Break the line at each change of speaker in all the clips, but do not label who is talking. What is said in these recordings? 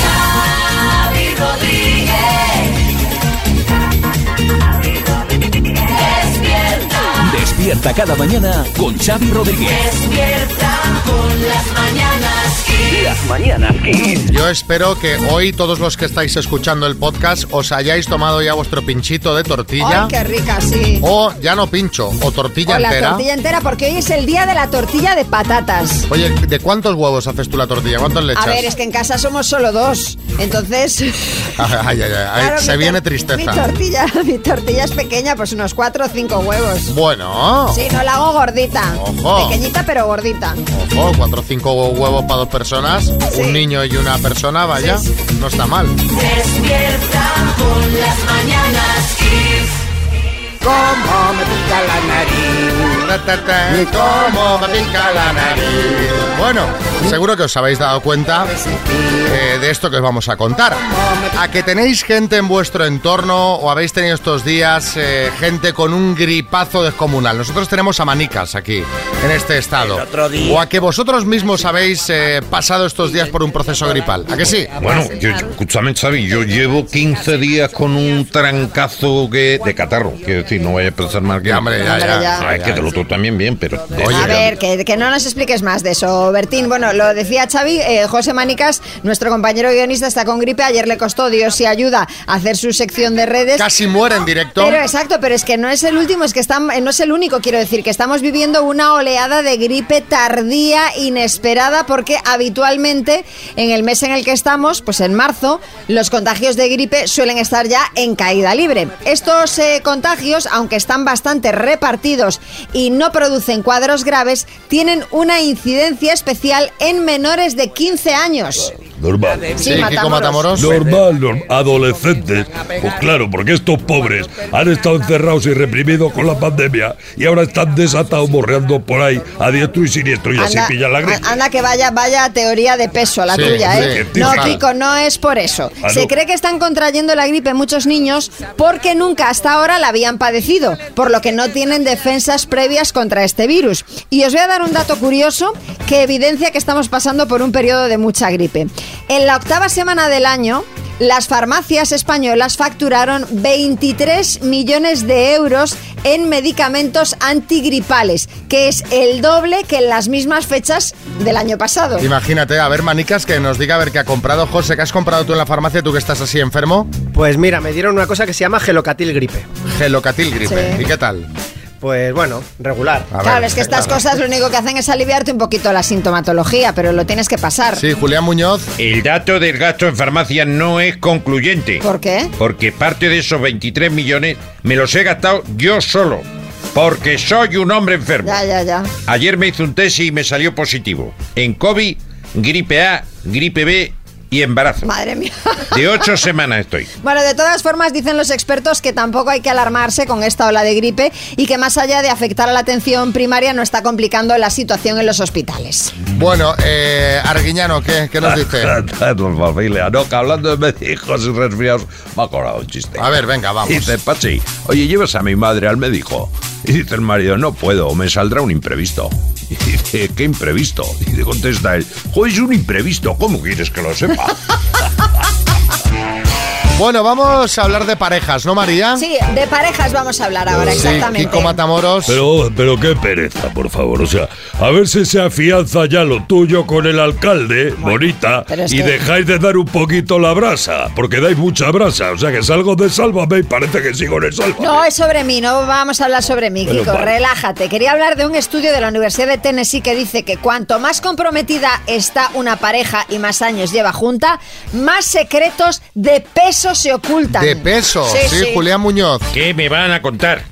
Xavi Rodríguez. Despierta,
Despierta cada mañana con Xavi Rodríguez.
despierta con las mañanas Kiss.
Las mañanas Kiss.
Yo espero que hoy todos los que estáis escuchando el podcast os hayáis tomado ya vuestro pinchito de tortilla.
¡Ay, qué rica, sí!
O ya no pincho, o tortilla
O la
entera.
tortilla entera, porque hoy es el día de la tortilla de patatas.
Oye, ¿de cuántos huevos haces tú la tortilla? ¿Cuántos le echas?
A ver, es que en casa somos solo dos, entonces...
Ay, ay, ay, ay,
claro,
se
mi
viene
tor- Mi
tristeza.
tortilla, mi tortilla es pequeña, pues unos cuatro o cinco huevos.
Bueno,
Sí, no la hago gordita.
Oh. Ojo.
Pequeñita, pero gordita.
ojo, Oh, cuatro o cinco huevos para dos personas,
Sí.
un niño y una persona, vaya,
Sí,
no está mal.
Despierta con las mañanas Kiss.
Cómo me pica la nariz.
Ta, ta, ta, cómo me pica la nariz. Bueno, seguro que os habéis dado cuenta eh, de esto que os vamos a contar. A que tenéis gente en vuestro entorno o habéis tenido estos días eh, gente con un gripazo descomunal. Nosotros tenemos a manicas aquí, en este estado. O a que vosotros mismos habéis eh, pasado estos días por un proceso gripal. ¿A que sí?
Bueno, yo, escúchame, Xavi, yo llevo 15 días con un trancazo que, de catarro. Quiero decir, no vaya a pensar mal que...
Ya, hombre, ya,
Hombre, ya.
ya.
Ah, es que te lo tú también bien, pero... de
Oye,
eso
a
ya-
ver, que, que no nos expliques más de eso, Bertín. Bueno, lo decía Xavi, eh, José Manicas, nuestro compañero guionista, está con gripe. Ayer le costó Dios y ayuda hacer su sección de redes.
Casi muere en directo.
Pero exacto, pero es que no es el último, es que estamos, no es el único, quiero decir, que estamos viviendo una oleada de gripe tardía, inesperada, porque habitualmente en el mes en el que estamos, pues en marzo, los contagios de gripe suelen estar ya en caída libre. Estos eh, contagios, aunque están bastante repartidos y no producen cuadros graves, tienen una incidencia especial en menores de 15 años.
Normal.
Sí, Kiko Matamoros.
Normal, norm- adolescentes. Pues claro, porque estos pobres han estado encerrados y reprimidos con la pandemia y ahora están desatados morreando por ahí a diestro y siniestro y así
Anda,
pillan la gripe.
a- anda que vaya, vaya teoría de peso la
Sí,
tuya, ¿eh?
sí,
no,
total.
Kiko, no es por eso.
Ah,
Se
no.
cree que están contrayendo la gripe muchos niños porque nunca hasta ahora la habían padecido, por lo que no tienen defensas previas contra este virus. Y os voy a dar un dato curioso que evidencia que estamos pasando por un periodo de mucha gripe. En la octava semana del año, las farmacias españolas facturaron 23 millones de euros en medicamentos antigripales, que es el doble que en las mismas fechas del año pasado.
Imagínate, a ver, manicas, que nos diga a ver qué ha comprado. José, ¿qué has comprado tú en la farmacia, tú que estás así enfermo?
Pues mira, me dieron una cosa que se llama gelocatil gripe.
Gelocatil gripe.
Sí.
¿Y qué tal?
Pues bueno, regular.
A
claro,
ver,
es que estas
claro.
cosas lo único que hacen es aliviarte un poquito la sintomatología, pero lo tienes que pasar.
Sí, Julián Muñoz.
El dato del gasto en farmacia no es concluyente.
¿Por qué?
Porque parte de esos 23 millones me los he gastado yo solo. Porque soy un hombre enfermo.
Ya, ya, ya.
Ayer me hice un test y me salió positivo. En COVID, gripe A, gripe B y embarazo.
Madre mía.
De ocho semanas estoy.
Bueno, de todas formas dicen los expertos que tampoco hay que alarmarse con esta ola de gripe y que más allá de afectar a la atención primaria no está complicando la situación en los hospitales.
Bueno, eh, Arguiñano, ¿qué, qué nos dice?
Tanto familia, no, que hablando de hijos y resfriados, me ha acordado un chiste.
A ver, venga, vamos.
Dice Pachi, oye, llevas a mi madre al médico. Y dice el marido, no puedo, me saldrá un imprevisto. Y dice, ¿qué imprevisto? Y le contesta él, jo, es un imprevisto, ¿cómo quieres que lo sepa?
Bueno, vamos a hablar de parejas, ¿no, María?
Sí, de parejas vamos a hablar ahora,
Sí,
exactamente.
Kiko Matamoros.
Pero, pero qué pereza, por favor. O sea, a ver si se afianza ya lo tuyo con el alcalde, bonita,
pero es
y
que-
dejáis de dar un poquito la brasa, porque dais mucha brasa. O sea, que salgo de Sálvame y parece que sigo en el Sálvame.
No, es sobre mí, no vamos a hablar sobre mí,
Bueno,
Kiko.
vale.
Relájate. Quería hablar de un estudio de la Universidad de Tennessee que dice que cuanto más comprometida está una pareja y más años lleva junta, más secretos de peso se ocultan.
de peso,
Sí, sí.
Julián Muñoz.
¿Qué me van a contar?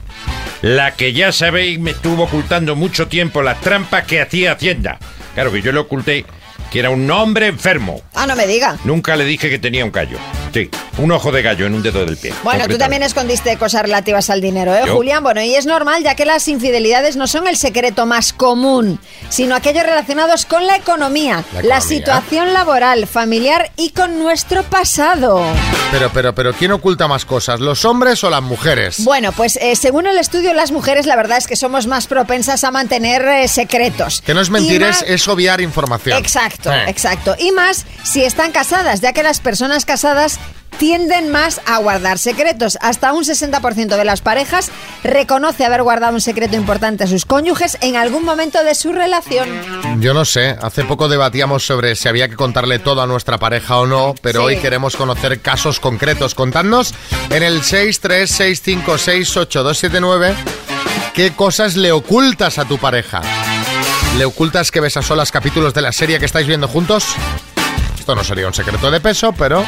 La que ya sabéis me estuvo ocultando mucho tiempo las trampas que hacía Hacienda. Claro que yo le oculté que era un hombre enfermo.
Ah, no me diga.
Nunca le dije que tenía un callo. Sí.
Un ojo de gallo en un dedo del pie.
Bueno, tú
concretamente.
también escondiste cosas relativas al dinero, ¿eh,
Yo.
Julián? Bueno, y es normal, ya que las infidelidades no son el secreto más común, sino aquellos relacionados con la economía,
La
la,
economía.
situación laboral, familiar y con nuestro pasado.
Pero, pero, pero, ¿quién oculta más cosas, los hombres o las mujeres?
Bueno, pues eh, según el estudio, las mujeres la verdad es que somos más propensas a mantener eh, secretos.
Que no es
Y
mentir,
más-
es, es obviar información.
Exacto,
Eh.
exacto. Y más si están casadas, ya que las personas casadas tienden más a guardar secretos. Hasta un 60% de las parejas reconoce haber guardado un secreto importante a sus cónyuges en algún momento de su relación.
Yo no sé, hace poco debatíamos sobre si había que contarle todo a nuestra pareja o no, pero
Sí.
hoy queremos conocer casos concretos. Contadnos en el 636568279 qué cosas le ocultas a tu pareja. ¿Le ocultas que ves a solas capítulos de la serie que estáis viendo juntos? Esto no sería un secreto de peso, pero...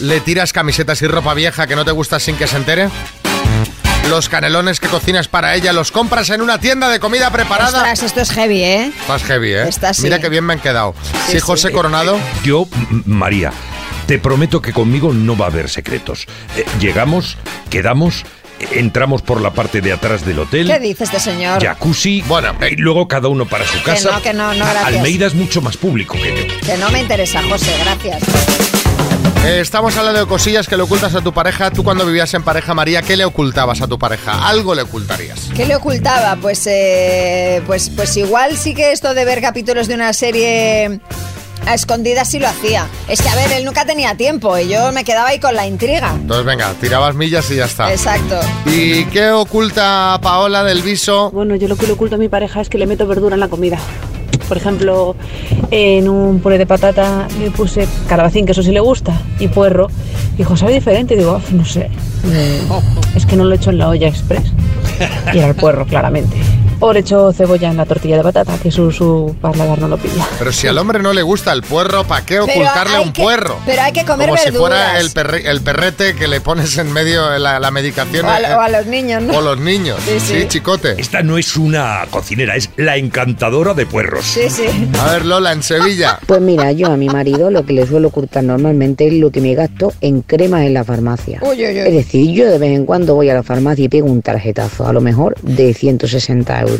¿Le tiras camisetas y ropa vieja que no te gusta sin que se entere? ¿Los canelones que cocinas para ella los compras en una tienda de comida preparada?
Ostras, esto es heavy, ¿eh?
Estás heavy, ¿eh?
Estás, sí.
Mira qué bien me han quedado. Sí,
Sí, sí.
José Coronado.
Yo, M- María, te prometo que conmigo no va a haber secretos. Eh, llegamos, quedamos, eh, entramos por la parte de atrás del hotel.
¿Qué dice este señor?
Jacuzzi,
Bueno,
y luego cada uno para su casa.
no, que no, no, gracias.
Almeida es mucho más público que yo.
Que no me interesa, José, gracias.
eh, estamos hablando de cosillas que le ocultas a tu pareja. Tú cuando vivías en pareja, María, ¿qué le ocultabas a tu pareja? Algo le ocultarías.
¿Qué le ocultaba? Pues, eh, pues, pues igual sí que esto de ver capítulos de una serie a escondidas sí lo hacía. Es que, a ver, él nunca tenía tiempo y yo me quedaba ahí con la intriga.
Entonces, venga, tirabas millas y ya está.
Exacto.
¿Y qué oculta Paola del viso?
Bueno, yo lo que le oculto a mi pareja es que le meto verdura en la comida. Por ejemplo, en un puré de patata le puse calabacín, que eso sí le gusta, y puerro. Dijo, ¿sabe diferente? Digo, "Uf, no sé. Mm, Es que no lo he hecho en la olla express. Y era el puerro, claramente. O le echo cebolla en la tortilla de patata, que su, su paladar no lo pilla.
Pero si al hombre no le gusta el puerro, ¿para qué ocultarle
hay
un
que-
puerro?
pero hay que comer
Como si fuera
verduras.
el, perre- el perrete que le pones en medio de la, la medicación.
O a,
eh,
o a los niños, ¿no?
o los niños.
Sí, sí.
chicote.
Esta no es una cocinera, es la encantadora de puerros.
Sí, sí.
A ver, Lola, en Sevilla.
Pues mira, yo a mi marido lo que le suelo ocultar normalmente es lo que me gasto en cremas en la farmacia.
Uy, uy, uy.
Es decir, yo de vez en cuando voy a la farmacia y pego un tarjetazo, a lo mejor de 160 euros.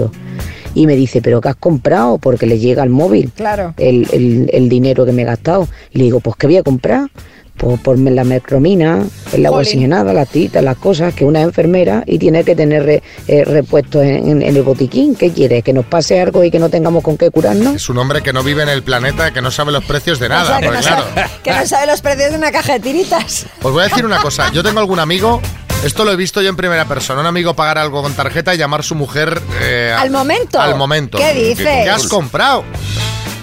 Y me dice, ¿pero qué has comprado? Porque le llega al móvil
Claro.
el, el- el dinero que me he gastado. Y le digo, ¿pues qué voy a comprar? Pues por la mercromina, el agua
Jolín.
oxigenada, las titas, las cosas, que una es enfermera y tiene que tener re- eh, repuestos en, en- en el botiquín. ¿Qué quieres? ¿Que nos pase algo y que no tengamos con qué curarnos?
Es un hombre que no vive en el planeta, que no sabe los precios de nada.
O sea, que,
porque,
no
claro.
sabe, que
Ah.
no sabe los precios de una caja de tiritas.
Os voy a decir una cosa. Yo tengo algún amigo. Esto lo he visto yo en primera persona. Un amigo pagar algo con tarjeta y llamar a su mujer. eh,
Al momento.
Al momento.
¿Qué
¿Qué,
dices?
has comprado?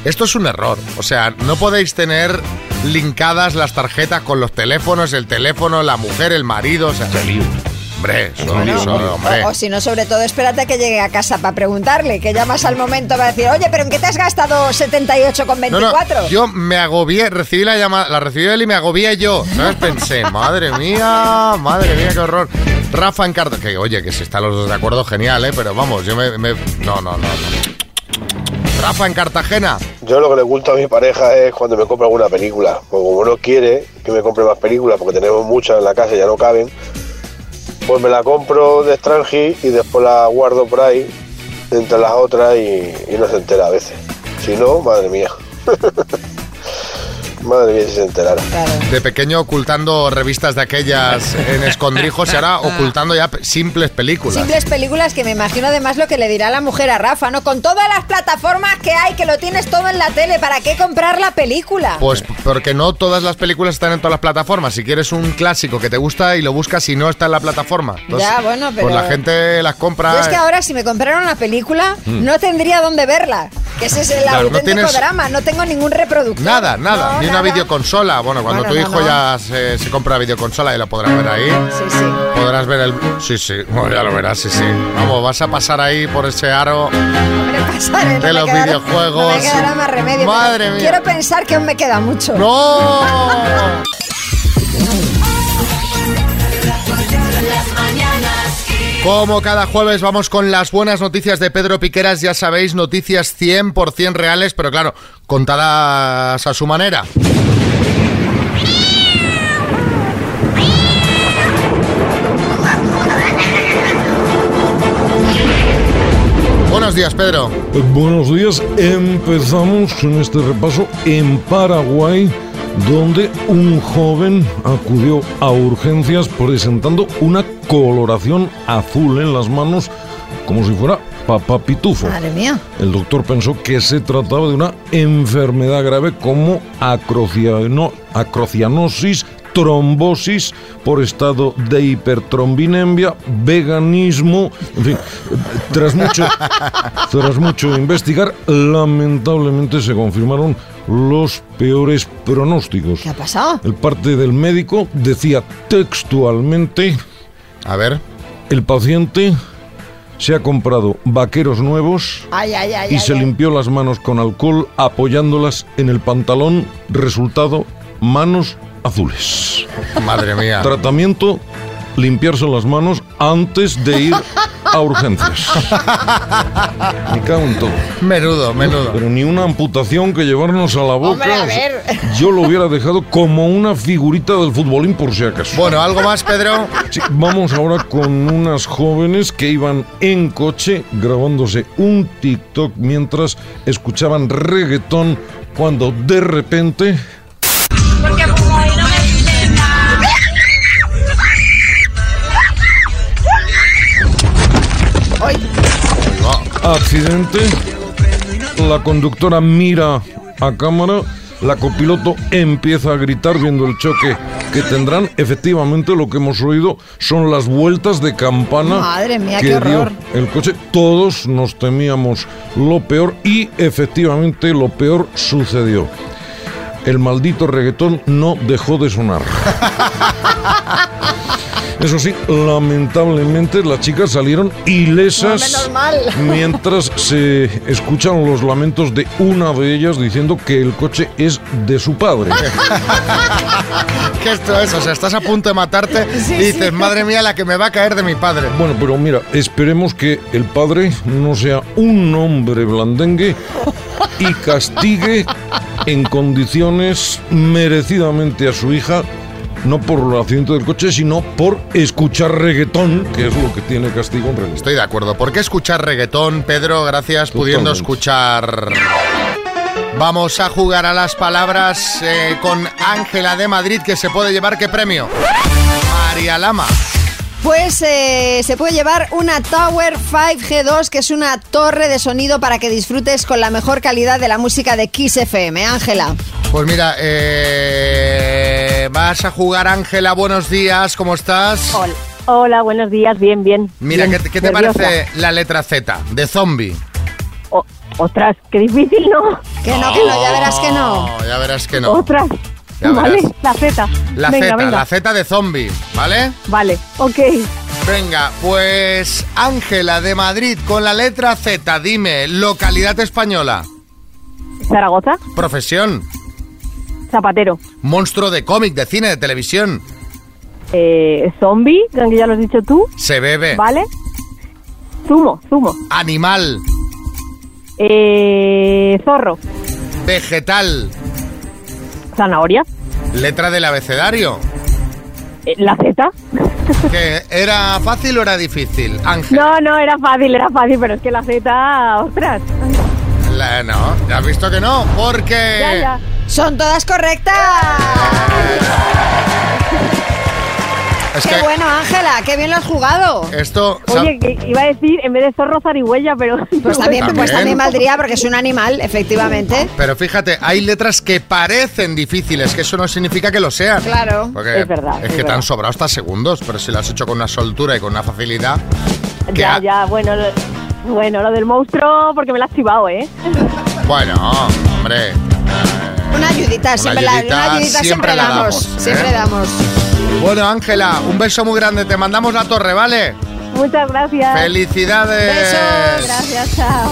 Esto es un error. O sea, no podéis tener linkadas las tarjetas con los teléfonos, el teléfono, la mujer, el marido. O sea, hombre, eso, eso, hombre.
O, o si no, sobre todo, espérate que llegue a casa para preguntarle, que llamas al momento para decir, oye, pero ¿en qué te has gastado 78,24?
No, no, yo me agobié, recibí la llamada, la recibió él y me agobié yo. ¿Sabes? Pensé, madre mía, madre mía, qué horror. Rafa en Carta- que oye, que si están los dos de acuerdo, genial, ¿eh? Pero vamos, yo me. me- no, no, no, no. Rafa en Cartagena.
Yo lo que le gusta a mi pareja es cuando me compra alguna película. Pues como no quiere que me compre más películas, porque tenemos muchas en la casa y ya no caben, pues me la compro de Strange y después la guardo por ahí, entre las otras, y, y no se entera a veces. Si no, madre mía. madre mía si se enterara.
Claro.
De pequeño ocultando revistas de aquellas en escondrijos y ahora ocultando ya pe- simples películas.
Ah. Simples películas que me imagino además lo que le dirá la mujer a Rafa, ¿no? Con todas las plataformas que hay, que lo tienes todo en la tele, ¿para qué comprar la película?
Pues porque no todas las películas están en todas las plataformas. Si quieres un clásico que te gusta y lo buscas y no está en la plataforma.
Ya, bueno, pero-
Pues la gente las compra.
Yo es que
eh,
ahora si me compraron la película, no tendría dónde verla. Que ese es el
Mm. Claro, no
auténtico
tienes-
drama, no tengo ningún reproductor.
Nada, nada,
No,
ni una
nada.
videoconsola. Bueno, cuando
Bueno,
tu
no,
hijo
no.
ya se, se compra videoconsola y la podrás ver ahí.
Sí, sí.
Podrás ver el... Sí, sí, bueno, ya lo verás, sí, sí. Vamos, vas a pasar ahí por ese aro.
Hombre, pasaré,
De
no me
los
quedará-
videojuegos.
no me quedará más remedio.
Madre
pero
mía.
Quiero pensar que aún me queda mucho.
¡No! Como cada jueves vamos con las buenas noticias de Pedro Piqueras, ya sabéis, noticias 100% reales, pero claro, contadas a su manera. Buenos días, Pedro.
Pues Buenos días, empezamos con este repaso en Paraguay, donde un joven acudió a urgencias presentando una coloración azul en las manos, como si fuera papapitufo.
Ah,
Madre mía.
El doctor pensó que se trataba de una enfermedad grave como acrociano- acrocianosis, trombosis por estado de hipertrombinemia, veganismo, en fin, tras mucho, tras mucho investigar, lamentablemente se confirmaron los peores pronósticos. ¿Qué ha
pasado?
El parte del médico decía textualmente,
a ver,
el paciente se ha comprado vaqueros nuevos
Ay, ay, ay,
y
ay,
se
ay.
limpió las manos con alcohol apoyándolas en el pantalón. Resultado, manos azules.
Madre mía.
Tratamiento, limpiarse las manos antes de ir a urgencias. Me cago en todo.
Menudo, menudo.
Pero ni una amputación que llevarnos a la boca.
Hombre, a
o sea,
ver.
Yo lo hubiera dejado como una figurita del futbolín por si acaso.
Bueno, ¿algo más, Pedro?
vamos ahora con unas jóvenes que iban en coche grabándose un TikTok mientras escuchaban reggaetón cuando de repente...
Porque por ahí no me dicen nada.
Accidente. La conductora mira a cámara. La copiloto empieza a gritar viendo el choque que tendrán. Efectivamente, lo que hemos oído son las vueltas de campana
Madre mía,
que
qué
dio
horror.
el coche. Todos nos temíamos lo peor y efectivamente lo peor sucedió. El maldito reggaetón no dejó de sonar. Eso sí, lamentablemente las chicas salieron ilesas
Menos mal.
mientras se escuchan los lamentos de una de ellas diciendo que el coche es de su padre.
¿Qué esto es? O sea, estás a punto de matarte y dices, madre mía, la que me va a caer de mi padre.
Bueno, pero mira, esperemos que el padre no sea un hombre blandengue y castigue en condiciones merecidamente a su hija, no por el accidente del coche, sino por escuchar reggaetón, que es lo que tiene castigo en realidad.
Estoy de acuerdo. ¿Por qué escuchar reggaetón, Pedro? Gracias, pudiendo escuchar. Vamos a jugar a las palabras eh, con Ángela de Madrid, que se puede llevar qué premio. María Lama.
Pues eh, se puede llevar una Tower 5G2, que es una torre de sonido para que disfrutes con la mejor calidad de la música de Kiss FM. Ángela.
Pues mira, eh, vas a jugar, Ángela. Buenos días, ¿cómo estás? Hola.
Hola, buenos días, bien, bien.
Mira,
Bien,
¿qué, qué te
nerviosa.
parece la letra Z de zombie?
O- ostras, qué difícil, ¿no?
Que
no, que no, ya verás que no. ya verás que no.
Ostras.
Ya
vale,
verás.
la Z.
La
venga,
Z,
venga.
la Z de zombie, ¿vale?
Vale, ok.
Venga, pues Ángela de Madrid con la letra Z, dime, localidad española,
Zaragoza,
profesión,
Zapatero.
monstruo de cómic, de cine, de televisión,
Eh, zombie, creo que ya lo has dicho tú.
se bebe,
Vale. Zumo, zumo.
animal,
Eh, zorro,
vegetal,
zanahoria.
letra del abecedario.
Eh, la Z.
¿Que ¿Era fácil o era difícil? Ángel,
No, no, era fácil, era fácil, pero es que la Z, ostras.
la- no, ya has visto que no, porque...
Son todas correctas.
Es
qué
que-
bueno, Ángela, qué bien lo has jugado.
Esto...
Oye, que iba a decir, en vez de zorro, zarigüeya, pero...
Pues también, pues
También.
también valdría porque es un animal, efectivamente.
Pero fíjate, hay letras que parecen difíciles, que eso no significa que lo sean.
Claro.
Porque
Es verdad,
Es,
es
que te
verdad.
han sobrado hasta segundos, pero si lo has hecho con una soltura y con una facilidad. que
Ya,
ha-
ya, bueno, lo, bueno, lo del monstruo, porque me lo has chivado, ¿eh?
Bueno, hombre.
Una ayudita, siempre, la-
ayudita
una ayudita siempre
la
damos.
damos,
Siempre
¿eh?
damos.
Bueno, Ángela, un beso muy grande. Te mandamos la torre, ¿vale?
Muchas gracias.
¡Felicidades!
Besos. Gracias, chao.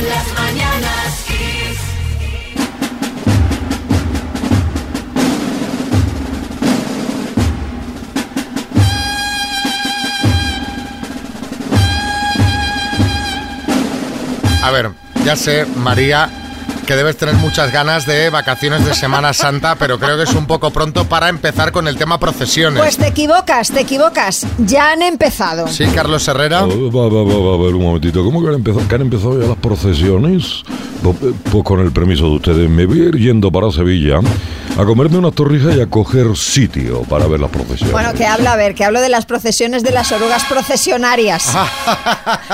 Las mañanas Kiss.
A ver, ya sé, María, que debes tener muchas ganas de vacaciones de Semana Santa, pero creo que es un poco pronto para empezar con el tema procesiones.
Pues te equivocas, te equivocas. Ya han empezado.
Sí, Carlos Herrera.
Oh, va, va, va, va, a ver un momentito. ¿Cómo que han empezado, que han empezado ya las procesiones? Pues, eh, pues con el permiso de ustedes, me voy a ir yendo para Sevilla a comerme unas torrijas y a coger sitio para ver las procesiones.
Bueno, que hablo, a ver, que hablo de las procesiones de las orugas procesionarias.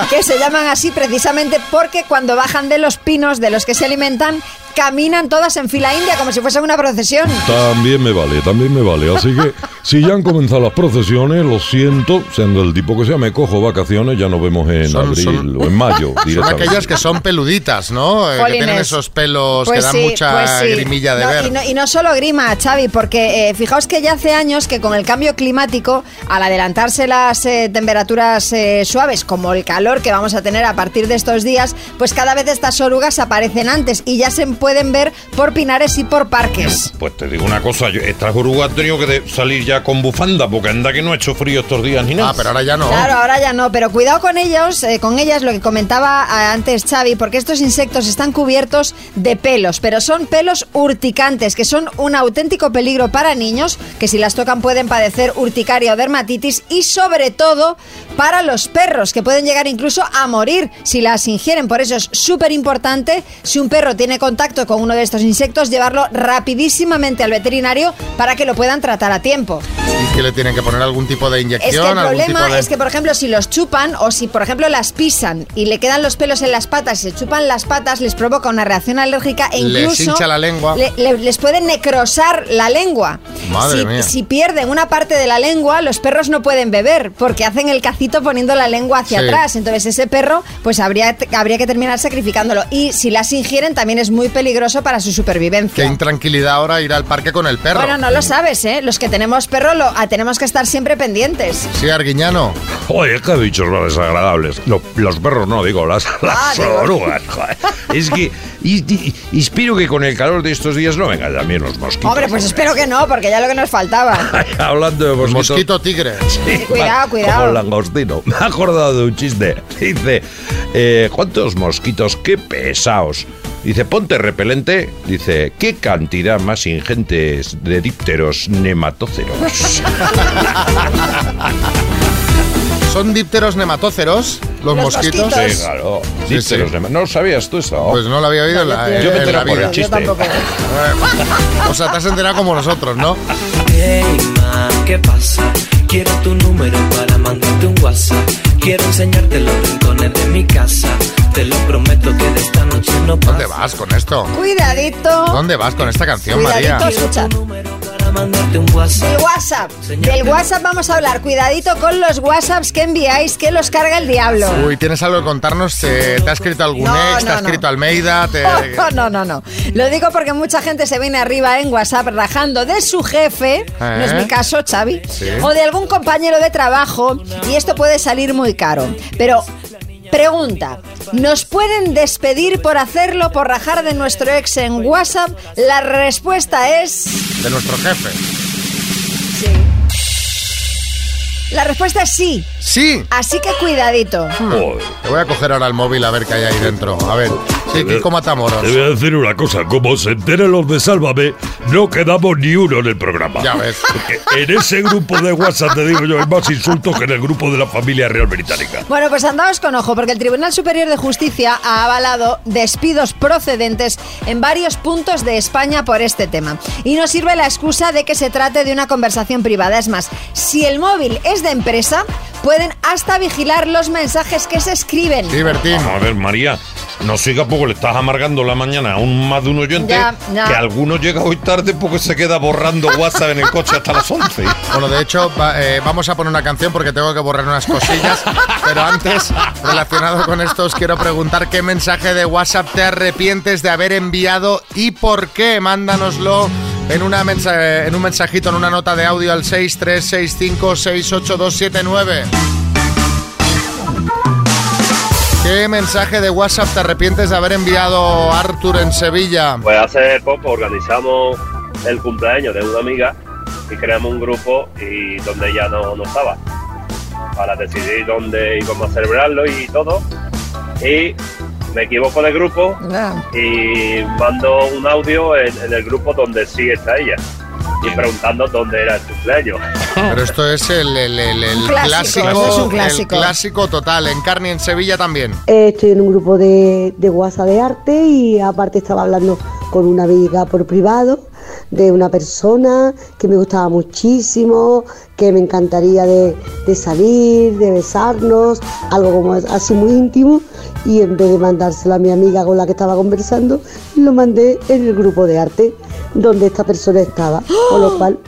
que se llaman así precisamente porque cuando bajan de los pinos de los que se alimentan, caminan todas en fila india como si fuese una procesión.
También me vale, también me vale. Así que si ya han comenzado las procesiones, lo siento, siendo el tipo que sea, me cojo vacaciones, ya nos vemos en
Son-
abril
son-
o en mayo.
Son
directamente.
aquellas que son peluditas, ¿no? Eh, que
Jolines.
tienen esos pelos que
Pues
dan
sí,
mucha
pues sí.
grimilla de
No,
ver.
Y no, y no solo grima, Xavi, porque eh, fijaos que ya hace años que con el cambio climático, al adelantarse las eh, temperaturas eh, suaves, como el calor que vamos a tener a partir de estos días, pues cada vez estas orugas aparecen antes y ya se pueden ver por pinares y por parques.
Pues te digo una cosa, yo- estas orugas han tenido que de- salir ya con bufanda, porque anda que no ha hecho frío estos días ni nada. Ah, pero
ahora ya no.
Claro, ahora ya no, pero cuidado con ellos, eh, con ellas lo que comentaba ah, antes Xavi, porque estos insectos están cubiertos de pelos, pero son pelos urticantes, que son un auténtico peligro para niños, que si las tocan pueden padecer urticaria o dermatitis y sobre todo para los perros, que pueden llegar incluso a morir si las ingieren. Por eso es súper importante, si un perro tiene contacto con uno de estos insectos, llevarlo rapidísimamente al veterinario para que lo puedan tratar a tiempo.
Y que le tienen que poner algún tipo de inyección,
Es que el
algún
problema
tipo de...
es que, por ejemplo, si los chupan o si, por ejemplo, las pisan y le quedan los pelos en las patas y se chupan las patas, les provoca una reacción alérgica e
Les
incluso...
hincha la lengua.
le- le- les puede necrosar la lengua.
Madre
si,
mía.
si pierden una parte de la lengua, los perros no pueden beber porque hacen el cacito poniendo la lengua hacia
Sí.
atrás. Entonces ese perro pues habría, habría que terminar sacrificándolo. Y si las ingieren también es muy peligroso para su supervivencia.
Qué intranquilidad ahora ir al parque con el perro.
Bueno, no lo sabes, ¿eh? Los que tenemos perro lo, ah, tenemos que estar siempre pendientes.
Sí, Arguiñano.
Oye, qué bichos más desagradables. Lo- los perros no, digo, las, las
Ah, digo.
orugas. joder. Es que y- y- y espero que con el calor de estos días no vengan también los mosquitos.
Hombre, pues espero que no, porque ya lo que nos faltaba.
Hablando de mosquitos.
Mosquito tigre.
Cuidado,
Como
cuidado.
langostino. Me ha acordado de un chiste. Dice, eh, ¿cuántos mosquitos? ¡Qué pesaos! Dice, ponte repelente. Dice, ¿qué cantidad más ingentes de dípteros nematóceros?
¿Son dípteros nematóceros los, mosquitos?
Sí, claro. Dípteros nema- ¿No sabías tú eso?
Pues no lo había oído en la,
Yo me
en la
entero por
vida.
el chiste.
O sea, te has enterado como nosotros, ¿no?
Hey ma, ¿qué pasa? Quiero tu número para mandarte un WhatsApp. Quiero enseñarte los rincones de mi casa. Te lo prometo que de esta noche no pasa. ¿Dónde
vas con esto?
Cuidadito.
¿Dónde vas con esta canción, María?
Cuidadito, escucha.
Para mandarte un WhatsApp.
Del WhatsApp. Del WhatsApp vamos a hablar. Cuidadito con los WhatsApps que enviáis, que los carga el diablo.
Uy, ¿tienes algo que contarnos? Eh, ¿Te ha escrito algún
No,
ex? ¿Te ha
no, no.
escrito Almeida? Te-
No, Oh, no, no, no. Lo digo porque mucha gente se viene arriba en WhatsApp rajando de su jefe, no es mi caso, Xavi,
Sí.
o de algún compañero de trabajo y esto puede salir muy caro. Pero pregunta, ¿nos pueden despedir por hacerlo, por rajar de nuestro ex en WhatsApp? La respuesta es...
De nuestro jefe.
La respuesta es sí.
Sí.
Así que cuidadito.
Te voy a coger ahora el móvil a ver qué hay ahí dentro. A ver. Sí, Kiko Matamoros.
Te voy a decir una cosa, como se enteren los de Sálvame, no quedamos ni uno en el programa.
Ya ves.
Porque en ese grupo de WhatsApp, te digo yo, hay más insultos que en el grupo de la familia real británica.
Bueno, pues andaos con ojo, porque el Tribunal Superior de Justicia ha avalado despidos procedentes en varios puntos de España por este tema. Y no sirve la excusa de que se trate de una conversación privada. Es más, si el móvil es de empresa, pueden hasta vigilar los mensajes que se escriben.
Vamos a ver, María, no sigas porque le estás amargando la mañana a un más de un oyente
Ya, ya.
que alguno llega hoy tarde porque se queda borrando WhatsApp en el coche hasta las 11.
Bueno, de hecho, va- eh, vamos a poner una canción porque tengo que borrar unas cosillas. pero antes, relacionado con esto, os quiero preguntar qué mensaje de WhatsApp te arrepientes de haber enviado y por qué. Mándanoslo en, una mensa- en un mensajito, en una nota de audio al 636568279. ¿Qué mensaje de WhatsApp te arrepientes de haber enviado Arthur en Sevilla?
Pues hace poco organizamos el cumpleaños de una amiga y creamos un grupo y donde ella no, no estaba para decidir dónde y cómo celebrarlo y todo. Y me equivoco de grupo y mando un audio en, en el grupo donde sí está ella y preguntando dónde era el cumpleaños.
Pero esto es el, el- el- el
Un clásico,
clásico,
esto es un
el
clásico.
clásico total. En carne y en Sevilla también.
Eh, Estoy en un grupo de, de WhatsApp de arte y aparte estaba hablando con una amiga por privado de una persona que me gustaba muchísimo, que me encantaría de, de salir, de besarnos, algo como así muy íntimo. Y en vez de mandárselo a mi amiga con la que estaba conversando, lo mandé en el grupo de arte donde esta persona estaba. Con lo cual,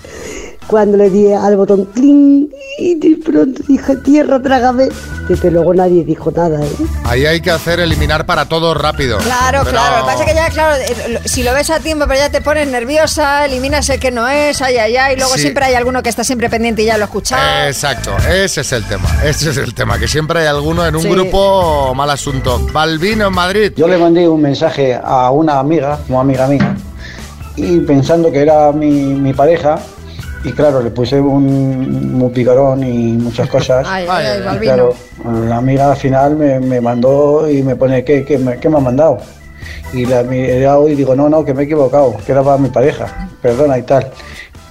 cuando le di al botón cling y de pronto dije, tierra, trágame. Desde luego nadie dijo nada, ¿eh?
Ahí hay que hacer eliminar para todo rápido.
Claro,
Pero-
claro. Lo que pasa es que ya, claro, eh, lo- si lo ves a tiempo, pero ya te pones nerviosa, eliminas el que no es, ay, ay, ay, y luego
Sí.
siempre hay alguno que está siempre pendiente y ya lo escuchas.
Exacto, ese es el tema, ese es el tema, que siempre hay alguno en un
Sí.
grupo mal asunto. Balbino en Madrid.
Yo le mandé un mensaje a una amiga, una amiga mía, y pensando que era mi, mi pareja, y claro, le puse un, un picarón y muchas cosas.
Ay, ay, ay,
Y
Balbino.
claro, la amiga al final me, me mandó y me pone, ¿qué, qué, me, qué me ha mandado? Y la miré y digo, no, no, que me he equivocado, que era para mi pareja, perdona y tal.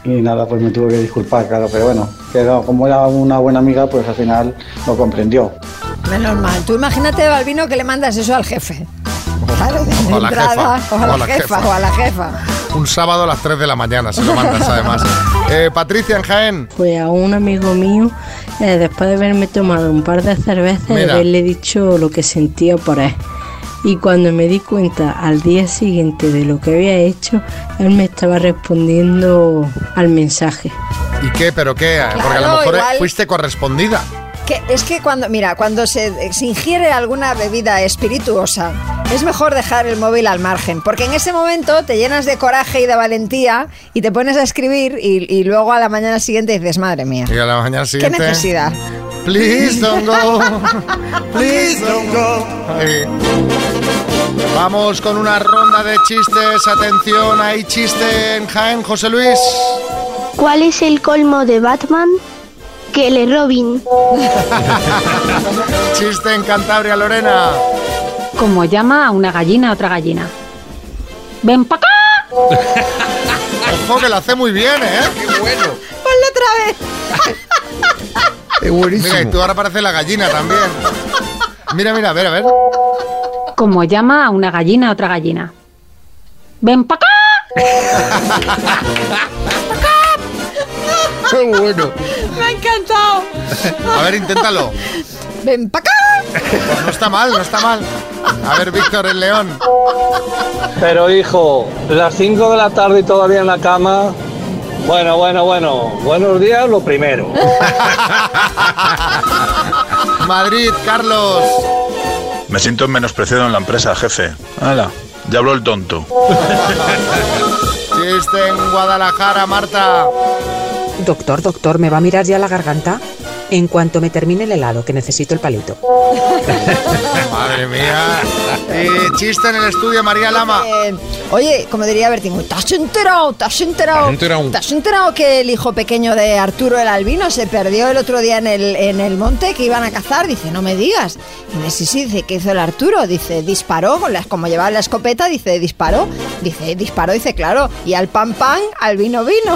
Y nada, pues me tuve que disculpar, claro, pero bueno, que no, como era una buena amiga, pues al final lo comprendió.
Menos mal. Tú imagínate, Balbino, que le mandas eso al jefe. Claro, de
O a la
entrada,
jefa,
o a la jefa, o a la jefa.
Un sábado a las 3 de la mañana se lo mandas además. Eh, Patricia en Jaén.
Pues a un amigo mío, eh, después de haberme tomado un par de cervezas, y
Mira.
haberle dicho lo que sentía por él. Y cuando me di cuenta al día siguiente de lo que había hecho, él me estaba respondiendo al mensaje.
¿Y qué? ¿Pero qué? Porque a lo
Claro,
mejor eh,
igual.
fuiste correspondida.
Que es que cuando, mira, cuando se, se ingiere alguna bebida espirituosa, es mejor dejar el móvil al margen, porque en ese momento te llenas de coraje y de valentía y te pones a escribir y, y luego a la mañana siguiente dices, madre mía,
Y a la mañana
qué
siguiente. Oh.
necesidad.
Please don't go. Please don't go. Eh, Vamos con una ronda de chistes. Atención, hay chiste en Jaén, José Luis.
¿Cuál es el colmo de Batman? Que le Robin.
Chiste en Cantabria, Lorena.
Como llama a una gallina a otra gallina. ¡Ven pa' acá!
Ojo que lo hace muy bien, ¿eh? ¡Qué bueno!
Ponlo otra vez.
Es buenísimo. Mira, y tú ahora parece la gallina también. Mira, mira, a ver, a ver.
Como llama a una gallina a otra gallina. ¡Ven pa' acá!
¡Qué bueno!
Me ha encantado.
A ver, inténtalo.
Ven pa' acá.
Pues No está mal, no está mal. A ver, Víctor, el león.
Pero hijo, las 5 de la tarde y todavía en la cama. Bueno, bueno, bueno. Buenos días, lo primero.
Madrid, Carlos.
Me siento menospreciado en la empresa, jefe. Hala, ya habló el tonto.
Chiste en Guadalajara, Marta.
Doctor, doctor, ¿me va a mirar ya la garganta? En cuanto me termine el helado, que necesito el palito.
Madre mía. Y chiste en el estudio, María Lama.
Eh, oye, como diría Bertín, ¿te has enterado? ¿Te has enterado?
¿Te has enterado?
¿Te has enterado que el hijo pequeño de Arturo el Albino se perdió el otro día en el, en el monte que iban a cazar? Dice, no me digas. Y dice, sí, sí, dice, ¿qué hizo el Arturo? Dice, disparó, con la- como llevaba la escopeta, dice, disparó. Dice, disparó, dice, claro. Y al pan pan, al vino vino.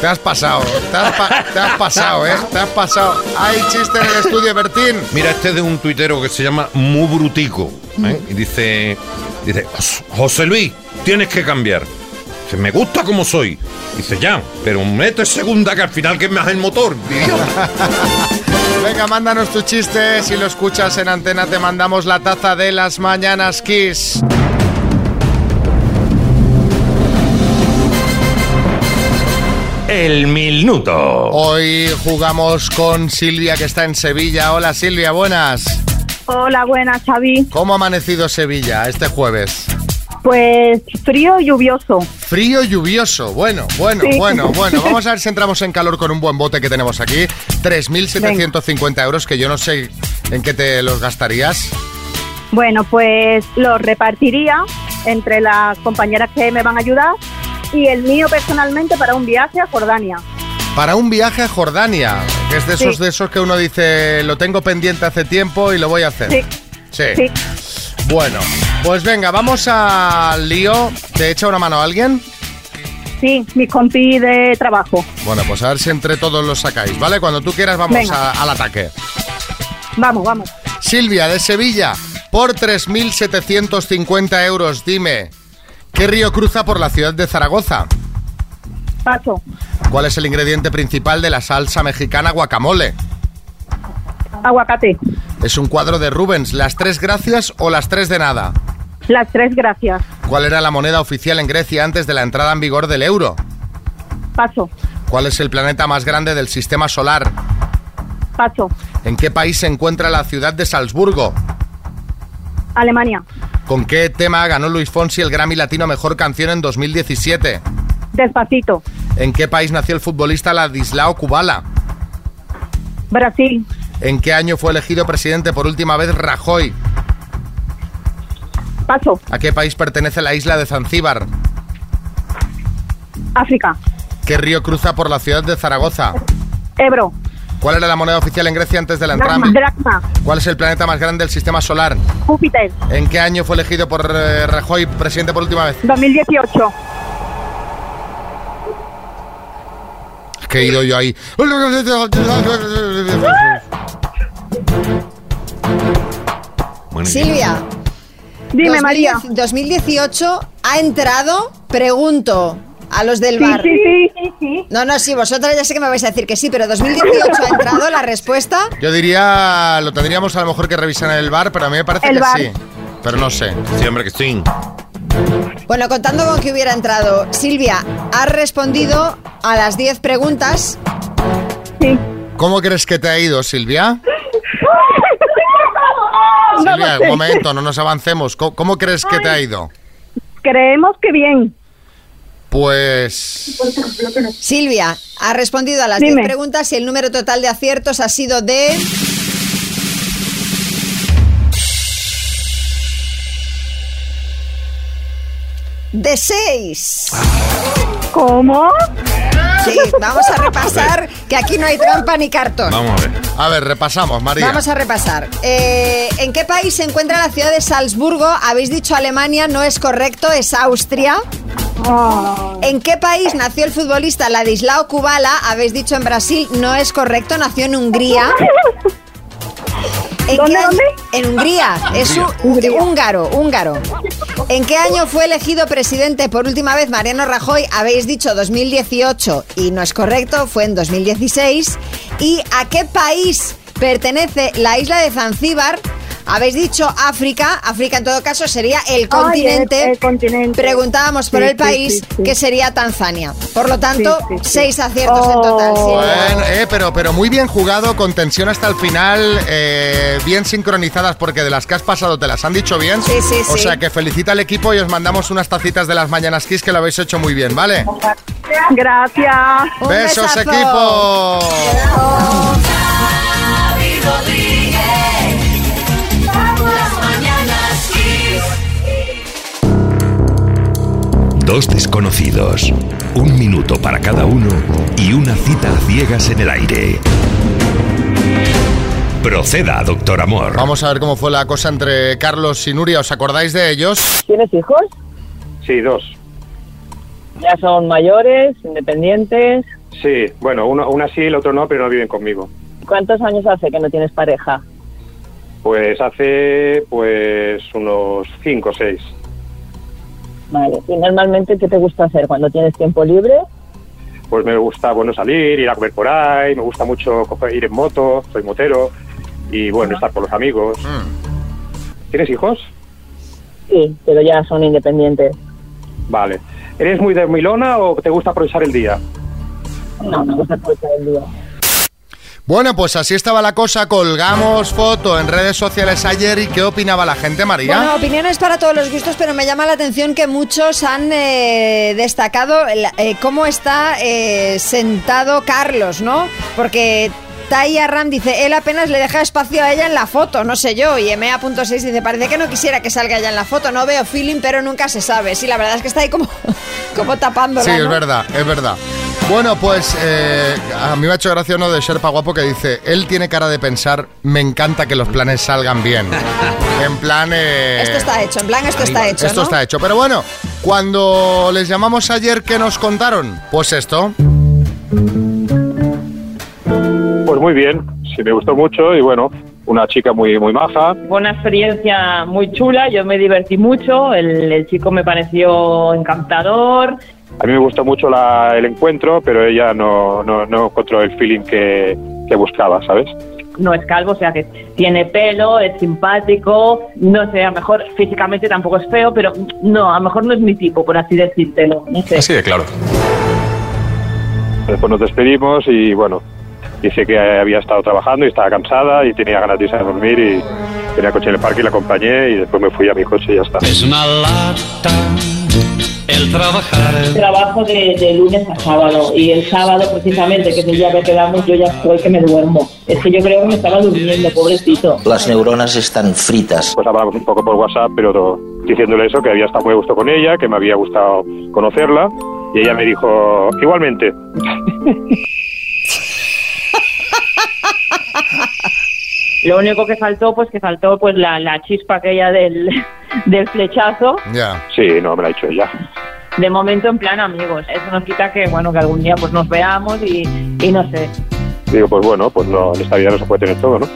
Te has pasado, te has, pa- te has pasado, ¿eh? Te has pasado. Hay chiste en el estudio, Bertín.
Mira, este es de un tuitero que se llama Muy Brutico. ¿eh?
Mm.
Y dice, dice, "Jos- José Luis, tienes que cambiar. Dice, me gusta como soy. Dice, ya, pero mete segunda que al final que me hace el motor. idiota".
Venga, mándanos tu chiste. Si lo escuchas en antena, te mandamos la taza de las mañanas, Kiss.
El minuto.
Hoy jugamos con Silvia, que está en Sevilla. Hola, Silvia, buenas.
Hola, buenas, Xavi.
¿Cómo ha amanecido Sevilla este jueves?
Pues frío y lluvioso.
Frío lluvioso. Bueno, bueno,
Sí.
bueno, bueno. Vamos a ver si entramos en calor con un buen bote que tenemos aquí. 3.750 euros, que yo no sé en qué te los gastarías.
Bueno, pues lo repartiría entre las compañeras que me van a ayudar y el mío personalmente para un viaje a Jordania.
Para un viaje a Jordania. Que es de esos,
Sí.
de esos que uno dice, lo tengo pendiente hace tiempo y lo voy a hacer.
Sí.
Sí. Bueno, Eh, pues venga, vamos al lío. ¿Te echa una mano alguien?
Sí, mi compi de trabajo.
Bueno, pues a ver si entre todos los sacáis, ¿vale? Cuando tú quieras vamos
Venga.
a- al ataque.
Vamos, vamos.
Silvia de Sevilla, por 3.750 euros, dime, ¿qué río cruza por la ciudad de Zaragoza?
Paso.
¿Cuál es el ingrediente principal de la salsa mexicana guacamole?
Aguacate.
¿Es un cuadro de Rubens, las tres gracias o las tres de nada?
Las tres gracias.
¿Cuál era la moneda oficial en Grecia antes de la entrada en vigor del euro?
Paso,
¿Cuál es el planeta más grande del sistema solar?
paso.
¿En qué país se encuentra la ciudad de Salzburgo?
Alemania.
¿Con qué tema ganó Luis Fonsi el Grammy Latino a Mejor Canción en 2017?
Despacito.
¿En qué país nació el futbolista Ladislao Kubala?
Brasil.
¿En qué año fue elegido presidente por última vez Rajoy?
Paso.
¿A qué país pertenece la isla de Zanzíbar?
África.
¿Qué río cruza por la ciudad de Zaragoza?
Ebro.
¿Cuál era la moneda oficial en Grecia antes de la entrada?
Dracma. Dracma.
¿Cuál es el planeta más grande del sistema solar?
Júpiter.
¿En qué año fue elegido por eh, Rajoy presidente por última vez?
2018.
Es que he ido yo ahí.
Silvia.
Dime,
2010
María.
2018 ha entrado, pregunto a los del
Sí,
bar.
sí,
No, no, sí, vosotras ya sé que me vais a decir que sí, pero 2018 ha entrado la respuesta.
Yo diría, lo tendríamos a lo mejor que revisar en el bar, pero a mí me parece
El
que
bar.
sí. Pero no sé.
Sí, hombre, que sí.
Bueno, contando con que hubiera entrado, Silvia, has respondido a las 10 preguntas.
¿Cómo crees que te ha ido, Silvia?
No
Silvia,
lo sé.
un momento, no nos avancemos. ¿Cómo, cómo crees que te ha ido?
Creemos que bien.
Pues...
Silvia, has respondido a las
Dime.
10 preguntas y el número total de aciertos ha sido de... De 6.
¿Cómo?
Sí, vamos a repasar que aquí no hay trampa ni cartón.
a ver. A ver, repasamos, María.
Vamos a repasar. Eh, ¿En qué país se encuentra la ciudad de Salzburgo? Habéis dicho Alemania, no es correcto, es Austria. ¿En qué país nació el futbolista Ladislao Kubala? Habéis dicho en Brasil, no es correcto, nació en Hungría. ¿En ¿Dónde, En Hungría, es un, húngaro, húngaro. ¿En qué año fue elegido presidente por última vez Mariano Rajoy? Habéis dicho 2018 y no es correcto, fue en 2016. ¿Y a qué país pertenece la isla de Zanzíbar? Habéis dicho África, África en todo caso sería el continente.
el- el continente.
Preguntábamos por
Sí,
el
sí,
país
sí, sí.
que sería Tanzania. Por lo tanto,
Sí, sí, sí.
seis aciertos en total. Silvia.
Bueno, eh, pero, pero muy bien jugado, con tensión hasta el final, eh, bien sincronizadas, porque de las que has pasado te las han dicho bien.
Sí, sí,
O
sí.
sea que felicita al equipo y os mandamos unas tacitas de las mañanas Kiss que lo habéis hecho muy bien, ¿vale?
Gracias.
¡Besos, equipo!
Xavi Rodríguez. Las mañanas
Dos desconocidos, un minuto para cada uno y una cita a ciegas en el aire. Proceda, doctor amor.
Vamos a ver cómo fue la cosa entre Carlos y Nuria. ¿Os acordáis de ellos?
¿Tienes hijos?
Sí, dos.
Ya son mayores, independientes.
Sí, bueno, uno, una sí, el otro no, pero no viven conmigo.
¿Cuántos años hace que no tienes pareja?
Pues hace, pues, unos cinco o seis.
Vale. ¿Y normalmente qué te gusta hacer cuando tienes tiempo libre?
Pues me gusta, bueno, salir, ir a comer por ahí, me gusta mucho coger- ir en moto, soy motero, y bueno, estar con los amigos. ¿Tienes hijos?
Sí, pero ya son independientes.
Vale. ¿Eres muy de milona o te gusta aprovechar el día?
No, no gusta aprovechar el día.
Bueno, pues así estaba la cosa. Colgamos foto en redes sociales ayer y ¿qué opinaba la gente, María?
Bueno, opiniones para todos los gustos, pero me llama la atención que muchos han eh, destacado el- eh, cómo está eh, sentado Carlos, ¿no? Porque Taya Ram dice, él apenas le deja espacio a ella en la foto, no sé yo, y MA.6 dice, parece que no quisiera que salga ella en la foto, no veo feeling, pero nunca se sabe. Sí, la verdad es que está ahí como, como tapándola,
Sí, es
¿no?
verdad, es verdad. Bueno, pues eh, a mí me ha hecho gracia uno de Sherpa Guapo que dice, él tiene cara de pensar, me encanta que los planes salgan bien. en plan... eh,
Esto está hecho, en plan, esto está hecho.
Esto
¿no?
está hecho. Pero bueno, cuando les llamamos ayer, ¿qué nos contaron? Pues esto.
Pues muy bien, sí, me gustó mucho y bueno, una chica muy, muy maja.
Fue una experiencia muy chula, yo me divertí mucho, el, el chico me pareció encantador.
A mí me gustó mucho la- el encuentro, pero ella no, no, no encontró el feeling que, que buscaba, ¿sabes?
No es calvo, o sea que tiene pelo, es simpático, no sé, a lo mejor físicamente tampoco es feo, pero no, a lo mejor no es mi tipo, por así decírtelo. No sé.
de claro. Después nos despedimos y bueno, dice que había estado trabajando y estaba cansada y tenía ganas de irse a dormir y tenía coche en el parque y la acompañé y después me fui a mi coche y ya está.
El trabajar.
Trabajo de, de lunes a sábado y el sábado precisamente, que es el día que quedamos, yo ya estoy que me duermo. Es que yo creo que me estaba durmiendo, pobrecito.
Las neuronas están fritas.
Pues hablábamos un poco por WhatsApp, pero diciéndole eso, que había estado muy a gusto con ella, que me había gustado conocerla y ella me dijo, igualmente.
Lo único que faltó, pues que faltó pues la, la chispa aquella del, del flechazo.
Ya.
Sí, no, me la ha hecho ella.
De momento en plan amigos. Eso nos quita que, bueno, que algún día pues nos veamos y, y no sé.
Digo, pues bueno, pues no, en esta vida no se puede tener todo, ¿no?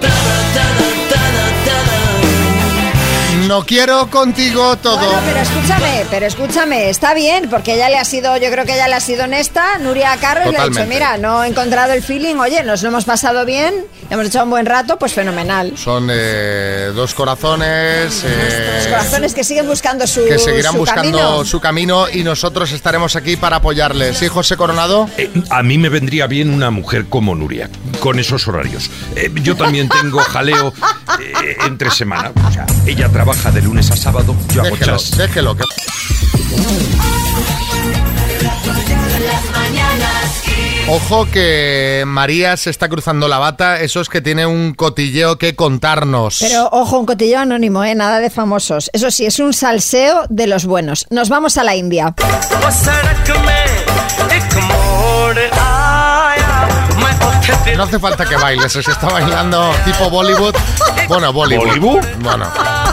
No quiero contigo todo.
Pero escúchame, pero escúchame, está bien, porque ella le ha sido, yo creo que ella le ha sido honesta, Nuria Carro, y le ha dicho,
Totalmente.
mira, no he encontrado el feeling, oye, nos lo hemos pasado bien, hemos echado un buen rato, pues fenomenal.
Son eh, dos corazones. eh,
Los corazones que siguen buscando su
que seguirán
su
buscando
camino.
su camino y nosotros estaremos aquí para apoyarles. ¿Sí, José Coronado?
Eh, a mí me vendría bien una mujer como Nuria, con esos horarios. Eh, yo también tengo jaleo eh, entre semana. O sea, ella trabaja de lunes a sábado, yo hago
Déjelo,
chas.
déjelo. que-
Las mañanas Kiss.
Ojo que María se está cruzando la bata. Eso es que tiene un cotilleo que contarnos.
Pero ojo, un cotilleo anónimo, ¿eh? nada de famosos. Eso sí, es un salseo de los buenos. Nos vamos a la India.
ਉਹ ਸੜਕ ਮੈਂ ਇੱਕ ਮੋੜ ਆਇਆ ਮੈਂ ਉੱਥੇ
No hace falta que bailes, se está bailando tipo Bollywood. Bueno, Bollywood. Bueno,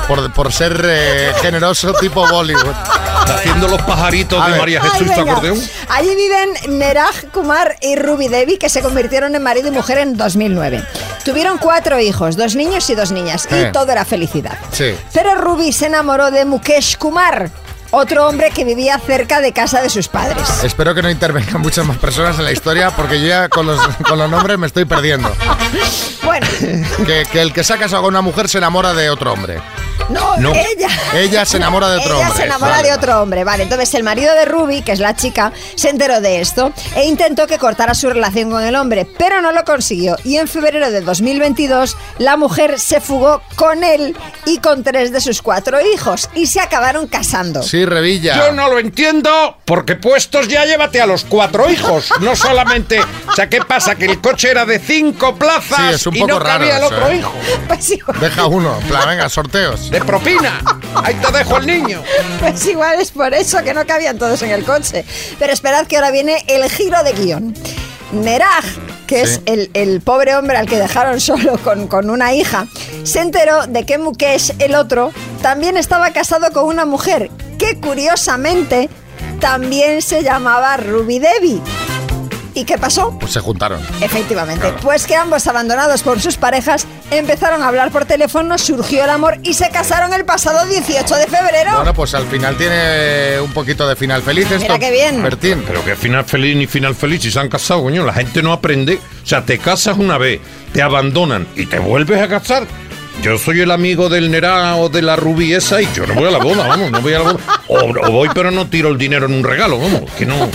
por, por ser eh, generoso tipo Bollywood.
Haciendo los pajaritos
de
María
Ay, venga. Allí viven Neraj Kumar y Ruby Devi, que se convirtieron en marido y mujer en 2009. Tuvieron cuatro hijos, dos niños y dos niñas,
Eh.
y todo era felicidad.
Sí.
Pero Ruby se enamoró de Mukesh Kumar, otro hombre que vivía cerca de casa de sus padres.
Espero que no intervengan muchas más personas en la historia porque yo ya con los, con los nombres me estoy perdiendo.
Bueno,
Que, que el que se ha casado con una mujer se enamora de otro hombre.
no,
No.
ella.
Ella se enamora de otro
Ella
hombre.
se enamora
Vale.
de otro hombre, vale. Entonces el marido de Ruby, que es la chica, se enteró de esto e intentó que cortara su relación con el hombre, pero no lo consiguió. Y en febrero de 2022 la mujer se fugó con él y con tres de sus cuatro hijos y se acabaron casando.
Sí, Revilla.
Yo no lo entiendo, porque puestos ya llévate a los cuatro hijos. No solamente. O sea, ¿qué pasa? Que el coche era de cinco plazas
Sí, es un
y no
poco raro
cabía el
eso,
otro
¿eh?
hijo.
Pues igual,
Deja uno, en plan, venga, sorteos.
De propina. Ahí te dejo el niño.
pues igual es por eso que no cabían todos en el coche. Pero esperad que ahora viene el giro de guión. Neraj, que
Sí.
es el, el pobre hombre al que dejaron solo con, con una hija, se enteró de que Mukesh, el otro, también estaba casado con una mujer que curiosamente también se llamaba Ruby Devi. ¿Y qué pasó?
Pues se juntaron.
Efectivamente, pues que ambos abandonados por sus parejas empezaron a hablar por teléfono, surgió el amor y se casaron el pasado 18 de febrero.
Bueno, pues al final tiene un poquito de final feliz esto.
Mira qué bien.
Bertín.
Pero que final feliz ni final feliz, si se han casado, coño, la gente no aprende. O sea, te casas una vez, te abandonan y te vuelves a casar. Yo soy el amigo del Nerá o de la Rubí esa y yo no voy a la boda, vamos, no voy a la boda. O, o voy pero no tiro el dinero en un regalo, vamos, que no.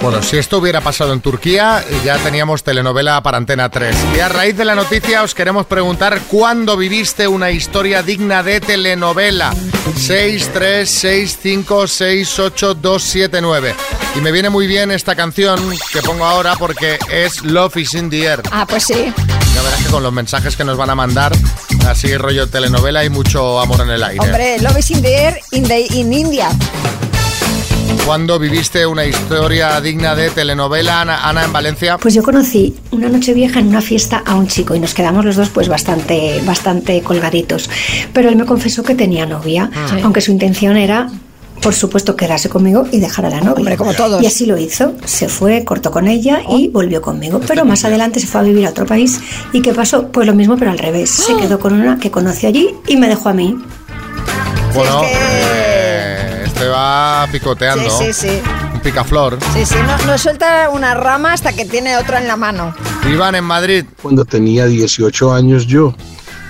Bueno, si esto hubiera pasado en Turquía, ya teníamos telenovela para Antena 3. Y a raíz de la noticia os queremos preguntar cuándo viviste una historia digna de telenovela. 636568279. Y me viene muy bien esta canción que pongo ahora porque es Love is in the air.
Ah, pues sí.
Ya verás que con los mensajes que nos van a mandar, así rollo telenovela y mucho amor en el aire.
Hombre, Love is in the air in, the- in India.
¿Cuándo viviste una historia digna de telenovela, Ana, Ana, en Valencia?
Pues yo conocí una noche vieja en una fiesta a un chico y nos quedamos los dos pues bastante, bastante colgaditos. Pero él me confesó que tenía novia,
Sí.
aunque su intención era por supuesto, quedarse conmigo y dejar a la novia.
Hombre, como todos.
Y así lo hizo. Se fue, cortó con ella y volvió conmigo. Pero más adelante se fue a vivir a otro país. ¿Y qué pasó? Pues lo mismo, pero al revés. Se quedó con una que conoció allí y me dejó a mí.
Bueno, eh, este va picoteando.
Sí, sí, sí.
Un picaflor.
Sí, sí, no, no suelta una rama hasta que tiene otra en la mano.
Iván en Madrid.
Cuando tenía 18 años yo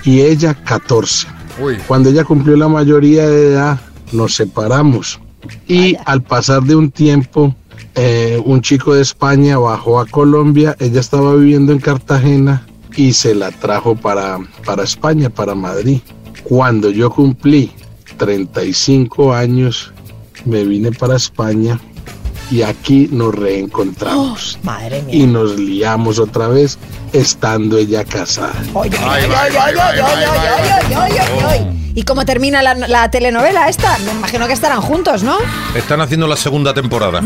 y ella 14.
Uy.
Cuando ella cumplió la mayoría de edad, nos separamos. Y al pasar de un tiempo, eh, un chico de España bajó a Colombia, ella estaba viviendo en Cartagena y se la trajo para, para España, para Madrid. Cuando yo cumplí 35 años, me vine para España y aquí nos reencontramos.
Oh, madre mía.
Y nos liamos otra vez estando ella casada.
Oh, Ay, ay, ay, ay, ay, ay, ay, ay,
Oh.
ay, ay. ¿Y cómo termina la, la telenovela esta? Me imagino que estarán juntos, ¿no?
Están haciendo la segunda temporada.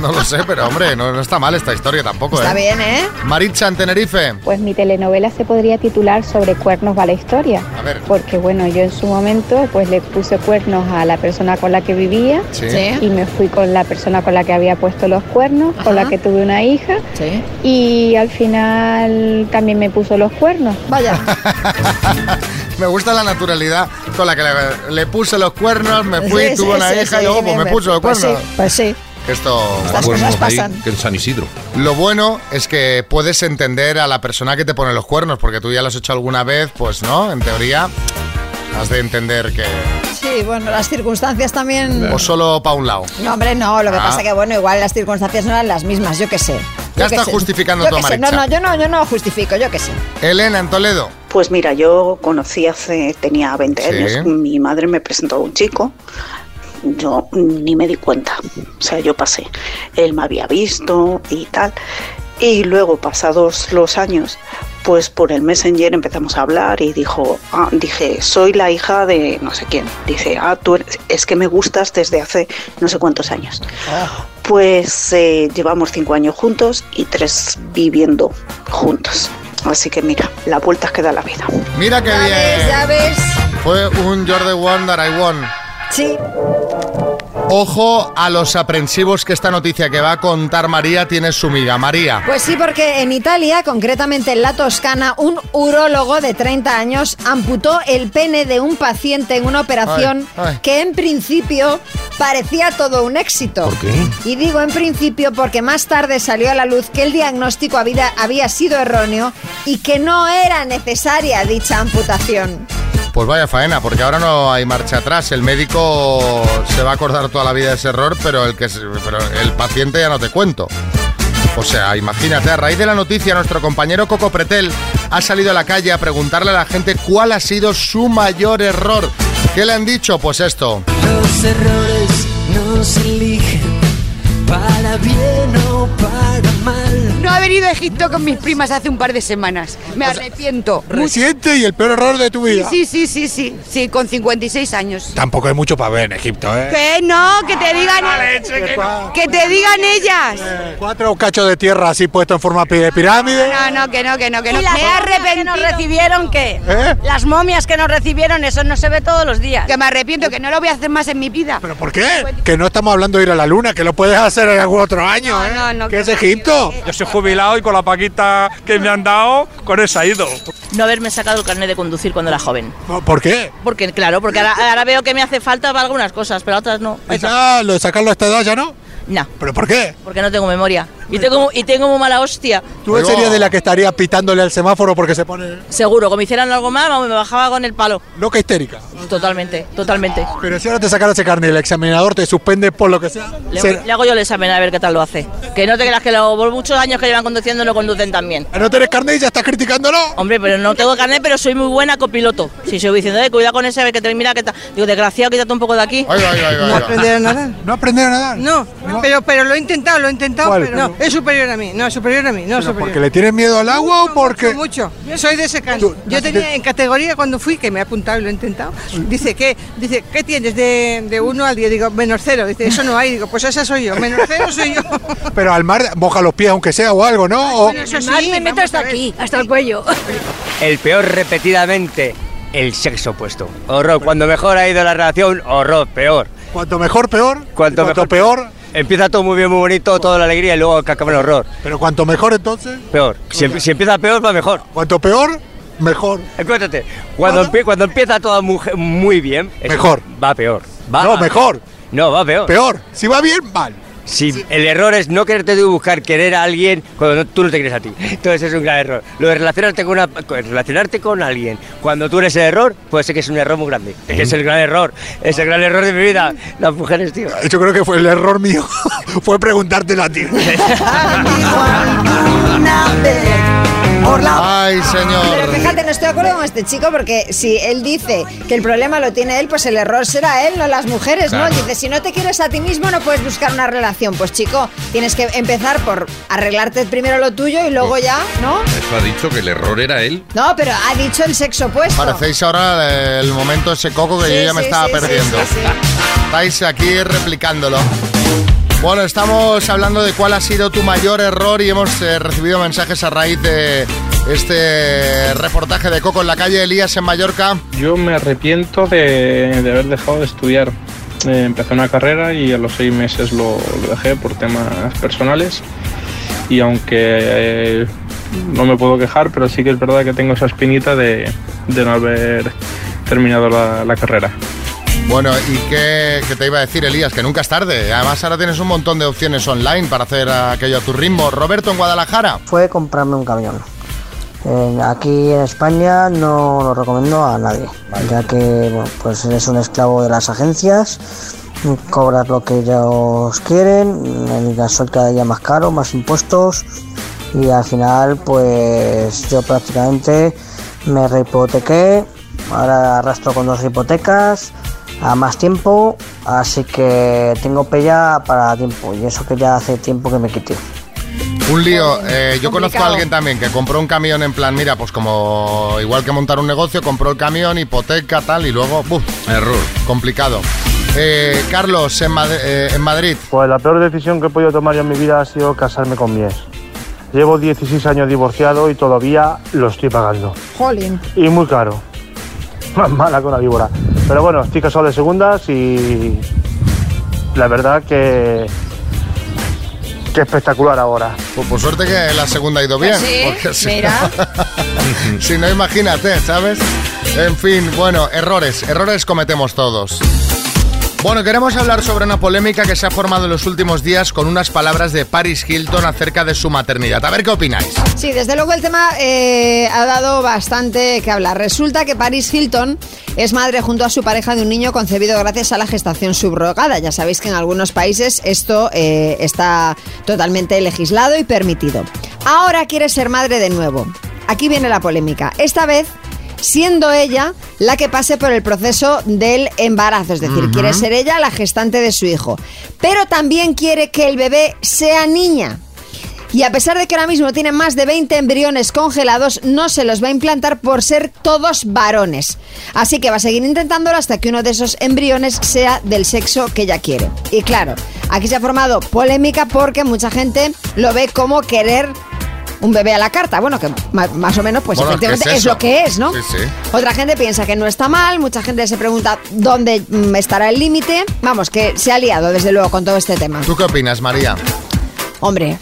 No lo sé, pero hombre, no, no está mal esta historia tampoco,
Está
¿eh?
bien, ¿eh?
Maritza en Tenerife.
Pues mi telenovela se podría titular sobre cuernos va la historia.
A ver.
Porque bueno, yo en su momento pues le puse cuernos a la persona con la que vivía
Sí. Sí.
y me fui con la persona con la que había puesto los cuernos, con la
Ajá.
que tuve una hija y al final también me puso los cuernos.
Vaya.
Me gusta la naturalidad con la que le, le puse los cuernos, me fui, tuve
Sí, sí,
una
sí,
hija
sí,
y luego pues,
bien,
me
bien.
puso los
Pues
cuernos.
sí, pues sí.
Esto
Estas
Cuernos
cosas
ahí,
pasan.
que en San Isidro.
Lo bueno es que puedes entender a la persona que te pone los cuernos, porque tú ya lo has hecho alguna vez, pues no, en teoría has de entender que...
Sí, bueno, las circunstancias también...
O solo para un lado.
No, hombre, no. Lo que
Ah.
pasa que, bueno, igual las circunstancias no eran las mismas, yo qué sé.
Ya
Yo qué
estás
sé.
justificando
Yo
tu
qué sé. No,
amaritza.
no, yo no, yo no justifico, yo qué sé.
Elena en Toledo.
Pues mira, yo conocí hace, tenía 20
Sí.
años, mi madre me presentó a un chico, yo ni me di cuenta, o sea, yo pasé, él me había visto y tal, y luego pasados los años, pues por el Messenger empezamos a hablar y dijo, ah, dije, soy la hija de no sé quién, dice, ah, tú eres- es que me gustas desde hace no sé cuántos años.
哦
Pues eh, llevamos cinco años juntos y tres viviendo juntos. Así que mira, las vueltas que da la vida.
Mira qué bien.
Ya ves.
Fue un Jordi One that I won.
Sí.
Ojo a los aprensivos que esta noticia que va a contar María tiene su miga. María.
Pues sí, porque en Italia, concretamente en la Toscana, un urólogo de 30 años amputó el pene de un paciente en una operación
Ay, ay.
que en principio parecía todo un éxito.
¿Por qué?
Y digo en principio porque más tarde salió a la luz que el diagnóstico había, había sido erróneo y que no era necesaria dicha amputación.
Pues vaya faena, porque ahora no hay marcha atrás. El médico se va a acordar toda la vida de ese error, pero el, que, se- pero el paciente ya no te cuento. O sea, imagínate, a raíz de la noticia, nuestro compañero Coco Pretel ha salido a la calle a preguntarle a la gente cuál ha sido su mayor error. ¿Qué le han dicho? Pues esto.
Los errores no se eligen para bien o para mal.
No haber ido a Egipto con mis primas hace un par de semanas. Me arrepiento.
Reciente y el peor error de tu vida.
Sí, sí, sí, sí. Sí, con 56 años.
Tampoco hay mucho para ver en Egipto, ¿eh?
Que no, que te digan. e-
que no. Eh.
que te digan ellas.
Cuatro cachos de tierra así puesto en forma de pirámide.
No, no, que no, que no, que no. ¿Y las Me he momias arrepentido. que nos recibieron qué?
¿Eh?
Las momias que nos recibieron, eso no se ve todos los días. Que me arrepiento, que no lo voy a hacer más en mi vida. ¿Pero
¿Por qué? Que no estamos hablando de ir a la luna, que lo puedes hacer en algún otro año, ¿eh?
No, no,
¿Qué es Egipto? Yo soy jubilado y con la paquita que me han dado, con esa he ido. No haberme sacado el carnet de conducir cuando era joven. ¿Por qué? Porque, claro, porque ahora, ahora veo que me hace falta para algunas cosas, pero otras no.
Ah,
Ya, lo de sacarlo a esta edad ya no. No, ¿Pero por qué? porque no tengo memoria. Y tengo, y tengo muy mala hostia. ¿Tú serías de la que estaría pitándole al semáforo porque se pone...? Seguro, como hicieran algo más, vamos, me bajaba con el palo. Loca histérica. Totalmente, totalmente. Pero si ahora te sacaron ese carnet, el examinador te suspende por lo que sea. Le, se- le hago yo el examen a ver qué tal lo hace. Que no te creas que los por muchos años que llevan conduciendo lo conducen también. ¿No tenés carnet y ya estás criticándolo? Hombre, pero no tengo carnet, pero soy muy buena copiloto. Si sigo diciendo, eh, cuidado con ese, a ver que te mira, que tal. Digo, desgraciado, quítate un poco de aquí.
Ay, ay, ay,
No aprendieron nada.
¿No aprendieron a nadar? No, pero, pero lo he intentado, lo he intentado,
¿Cuál?
pero no.
superior?
Es superior a mí, no, superior a mí, no, superior.
¿Porque le tienes miedo al agua o porque.?
Mucho, yo soy de ese canto. Yo tenía en categoría cuando fui, que me he apuntado y lo he intentado, dice, ¿qué, dice, ¿qué tienes de 1 al 10? Digo, menos cero. Dice, eso no hay. Digo, pues esa soy yo, menos cero soy yo.
Pero al mar moja los pies, aunque sea o algo, ¿no? O-
Bueno, eso sí, me meto hasta aquí, hasta el cuello.
El peor repetidamente, el sexo opuesto. Horror. Cuando mejor ha ido la relación, horror, peor.
Cuanto mejor, peor.
Cuanto,
cuanto
peor. Empieza todo muy bien, muy bonito, toda la alegría y luego que acaba el horror.
Pero cuanto mejor entonces.
Peor. Si, em- si empieza peor, va mejor.
Cuanto peor, mejor.
Escúchate, cuando, empie- cuando empieza todo muje- muy bien, es-
Mejor.
Va peor. Va
No, mejor.
No, va peor.
Peor. Si va bien, mal.
Si el error es no quererte tú y buscar querer a alguien cuando no- tú no te quieres a ti. Entonces es un gran error. Lo de relacionarte con, una- con- relacionarte con alguien cuando tú eres el error, puede ser que es un error muy grande. Que es el gran error. Es el gran error de mi vida. Las mujeres, tío.
Yo creo que fue el error mío. fue preguntártelo a ti.
Ay, señor.
Pero fíjate, no estoy de acuerdo con este chico porque si él dice que el problema lo tiene él, pues el error será él, no las mujeres, ¿no?
Claro.
Dice, si no te quieres a ti mismo no puedes buscar una relación. Pues chico, tienes que empezar por arreglarte primero lo tuyo y luego ya, ¿no?
Eso ha dicho que el error era él.
No, pero ha dicho el sexo opuesto.
Parecéis ahora el momento ese coco que
Sí,
yo ya me
sí,
estaba
sí, sí,
perdiendo.
sí,
Estáis aquí replicándolo. Bueno, estamos hablando de cuál ha sido tu mayor error y hemos eh, recibido mensajes a raíz de este reportaje de Coco en la calle Elías en Mallorca.
Yo me arrepiento de, de haber dejado de estudiar. Eh, empecé una carrera y a los seis meses lo, lo dejé por temas personales. Y aunque eh, no me puedo quejar, pero sí que es verdad que tengo esa espinita de, de no haber terminado la- la carrera.
Bueno, ¿y qué, qué te iba a decir, Elías? Que nunca es tarde. Además, ahora tienes un montón de opciones online para hacer aquello a tu ritmo. Roberto, en Guadalajara.
fue comprarme un camión. Eh, aquí en España no lo recomiendo a nadie, ya que bueno, pues eres un esclavo de las agencias, cobras lo que ellos quieren, el gasoil cada día más caro, más impuestos y al final pues yo prácticamente me rehipotequé, ahora arrastro con dos hipotecas a más tiempo, así que tengo pella para tiempo y eso que ya hace tiempo que me quité.
Un lío. Eh, yo conozco a
complicado.
alguien también que compró un camión en plan, mira, pues como igual que montar un negocio, compró el camión, hipoteca, tal, y luego, ¡buf!
Error.
Complicado. Eh, Carlos, en, Mad- eh, en Madrid.
Pues la peor decisión que he podido tomar yo en mi vida ha sido casarme con mi ex. Llevo 16 años divorciado y todavía lo estoy pagando.
Jolín.
Y muy caro. Más mala que una víbora. Pero bueno, estoy casado de segundas y la verdad que, que espectacular ahora.
Pues por suerte que la segunda ha ido bien.
Sí,
si mira. No, si no, imagínate, ¿sabes? En fin, bueno, errores. Errores cometemos todos. Bueno, queremos hablar sobre una polémica que se ha formado en los últimos días con unas palabras de Paris Hilton acerca de su maternidad. A ver qué opináis.
Sí, desde luego el tema eh, ha dado bastante que hablar. Resulta que Paris Hilton es madre junto a su pareja de un niño concebido gracias a la gestación subrogada. Ya sabéis que en algunos países esto eh, está totalmente legislado y permitido. Ahora quiere ser madre de nuevo. Aquí viene la polémica. Esta vez siendo ella la que pase por el proceso del embarazo, es decir,
Ujú.
quiere ser ella la gestante de su hijo, pero también quiere que el bebé sea niña. Y a pesar de que ahora mismo tiene más de 20 embriones congelados, no se los va a implantar por ser todos varones. Así que va a seguir intentándolo hasta que uno de esos embriones sea del sexo que ella quiere. Y claro, aquí se ha formado polémica porque mucha gente lo ve como querer un bebé a la carta. Bueno, que ma- más o menos, pues
Bueno, ¿qué
efectivamente es,
eso?
lo que es, ¿no?
Sí, sí.
Otra gente piensa que no está mal, mucha gente se pregunta dónde mm, estará el límite. Vamos, que se ha liado desde luego con todo este tema.
¿Tú qué opinas, María?
Hombre,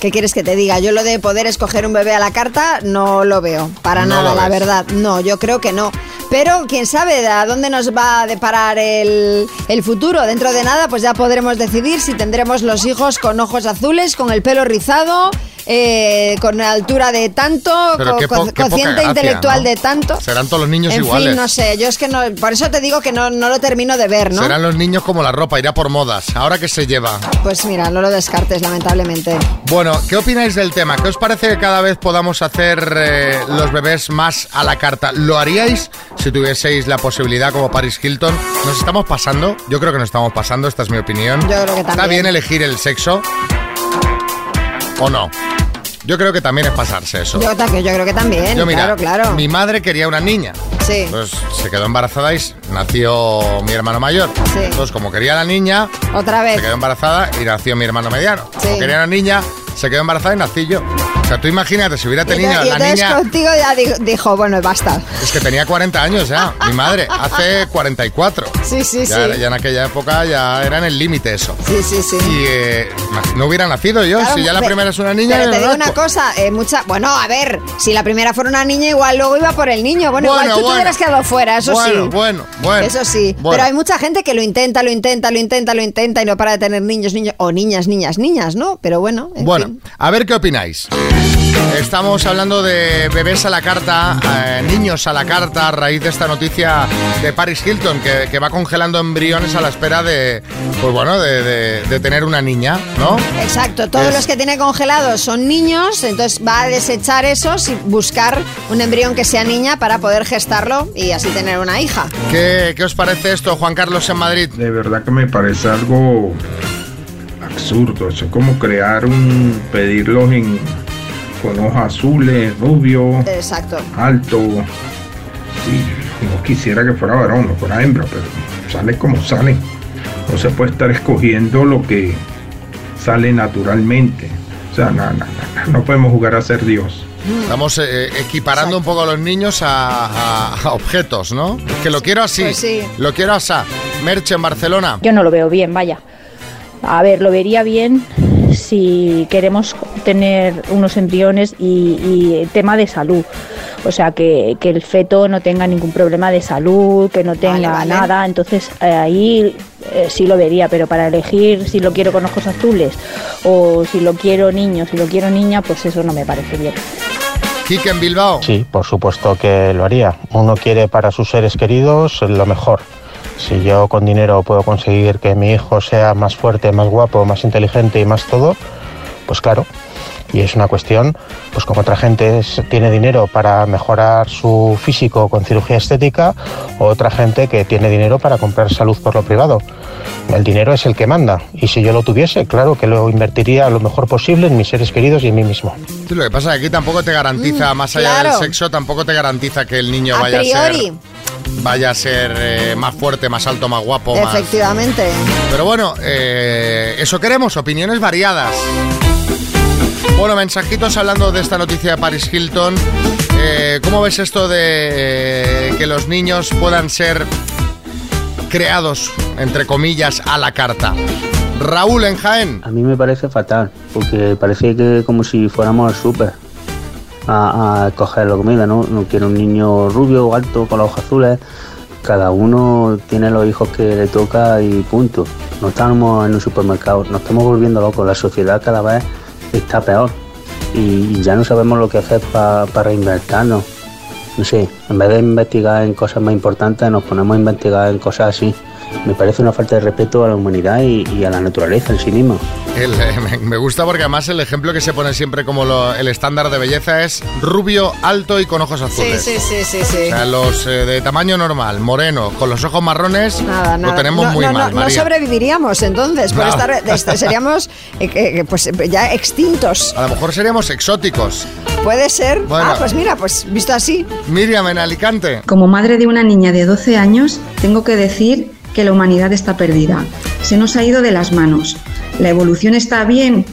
¿qué quieres que te diga? Yo lo de poder escoger un bebé a la carta no lo veo, para
No
nada,
lo
la
ves.
verdad. No, yo creo que no. Pero quién sabe de a dónde nos va a deparar el, el futuro. Dentro de nada, pues ya podremos decidir si tendremos los hijos con ojos azules, con el pelo rizado, eh, con altura de tanto,
Pero
con
qué po-
con-
qué poca
cociente
gracia,
intelectual
¿no?
de tanto.
Serán todos los niños
en
iguales.
fin, no sé, yo es que no, por eso te digo que no, no lo termino de ver, ¿no?
Serán los niños como la ropa, irá por modas. Ahora que se lleva.
Pues mira, no lo descartes, lamentablemente.
Bueno, ¿qué opináis del tema? ¿Qué os parece que cada vez podamos hacer eh, los bebés más a la carta? ¿Lo haríais si tuvieseis la posibilidad como Paris Hilton? ¿Nos estamos pasando? Yo creo que nos estamos pasando, esta es mi opinión.
Yo creo que
Está
también.
bien elegir el sexo. ¿O no? Yo creo que también es pasarse eso.
Yo, ta- que yo creo que también.
Yo, mira,
claro, claro.
mi madre quería una niña.
Sí.
Pues se quedó embarazada y s- nació mi hermano mayor. Entonces, como quería la niña,
Otra
se
vez.
quedó embarazada y nació mi hermano mediano. Como
Sí.
quería la niña, se quedó embarazada y nací yo. O sea, tú imagínate, si hubiera
Y
tenido
entonces- y
la
entonces
niña...
contigo ya di- dijo, bueno, basta.
Es que tenía 40 años ya, mi madre, hace 44.
Sí, sí,
ya,
sí.
ya en aquella época ya era en el límite eso.
Sí, sí, sí.
Y eh, no hubiera nacido yo,
Claro,
si ya la
pe-
primera es una niña...
Pero
yo
te
no pues-
digo
nazco.
una cosa, eh, mucha, bueno, a ver, si la primera fuera una niña, igual luego iba por el niño. Bueno,
Bueno,
igual tú
bueno.
te hubieras quedado fuera, eso
bueno,
sí.
bueno, bueno.
Eso sí,
Bueno.
pero hay mucha gente que lo intenta, lo intenta, lo intenta, lo intenta y no para de tener niños, niños, o niñas, niñas, niñas, ¿no? Pero bueno, en
Bueno,
fin.
a ver qué opináis. Estamos hablando de bebés a la carta, eh, niños a la carta, a raíz de esta noticia de Paris Hilton, que, que va congelando embriones a la espera de, pues bueno, de, de- de tener una niña, ¿no?
Exacto, todos
Es-
los que tiene congelados son niños, entonces va a desechar esos y buscar un embrión que sea niña para poder gestarlo y así tener una hija.
¿Qué, qué os parece esto, Juan Carlos, en Madrid?
De verdad que me parece algo absurdo. Eso es como crear un. pedirlos en. con ojos azules, rubios,
Exacto.
alto. Y no quisiera que fuera varón, no fuera hembra, pero sale como sale. No se puede estar escogiendo lo que sale naturalmente. O sea, no, no, no, no podemos jugar a ser Dios.
Estamos eh, equiparando un poco a los niños a, a- a objetos, ¿no? Es que lo quiero así,
Pues sí.
lo quiero asá. Merche en Barcelona.
Yo no lo veo bien, vaya. A ver, lo vería bien si queremos tener unos embriones y, y tema de salud. O sea, que, que el feto no tenga ningún problema de salud, que no tenga
vale.
nada. Entonces eh, ahí eh, sí lo vería, pero para elegir si lo quiero con ojos azules o si lo quiero niño, si lo quiero niña, pues eso no me parece bien.
Quique en Bilbao.
Sí, por supuesto que lo haría. Uno quiere para sus seres queridos lo mejor. Si yo con dinero puedo conseguir que mi hijo sea más fuerte, más guapo, más inteligente y más todo, pues claro. Y es una cuestión, pues como otra gente es- tiene dinero para mejorar su físico con cirugía estética, o otra gente que tiene dinero para comprar salud por lo privado. El dinero es el que manda. Y si yo lo tuviese, claro que lo invertiría lo mejor posible en mis seres queridos y en mí mismo.
Sí, lo que pasa es que aquí tampoco te garantiza,
Mm,
más allá del
claro.
sexo, tampoco te garantiza que el niño
A
vaya a ser,
priori.
vaya a ser eh, más fuerte, más alto, más guapo. Más...
Efectivamente.
Pero bueno, eh, eso queremos, opiniones variadas. Bueno, mensajitos hablando de esta noticia de Paris Hilton. Eh, ¿Cómo ves esto de eh, que los niños puedan ser creados, entre comillas, a la carta? Raúl en Jaén.
A mí me parece fatal, porque parece que como si fuéramos al súper a, a coger la comida, ¿no? No quiero un niño rubio o alto con los ojos azules. Cada uno tiene los hijos que le toca y punto. No estamos en un supermercado, nos estamos volviendo locos. La sociedad cada vez está peor y ya no sabemos lo que hacer para reinventarnos. No sé, en vez de investigar en cosas más importantes, nos ponemos a investigar en cosas así. Me parece una falta de respeto a la humanidad y, y a la naturaleza en sí misma.
El, eh, me- me gusta porque además el ejemplo que se pone siempre como lo- el estándar de belleza es rubio, alto y con ojos azules.
sí, sí,
O sea, los eh, de tamaño normal, morenos, con los ojos marrones,
Nada,
lo
nada.
tenemos
no,
muy
no, no,
mal,
no
María.
sobreviviríamos entonces, por
No.
estar, este, seríamos eh, eh, pues, ya extintos.
A lo mejor seríamos exóticos.
Puede ser.
Bueno.
Ah, pues mira, pues visto así.
Miriam en Alicante.
Como madre de una niña de 12 años, tengo que decir que la humanidad está perdida. Se nos ha ido de las manos. La evolución está bien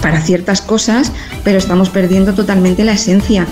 para ciertas cosas, pero estamos perdiendo totalmente la esencia.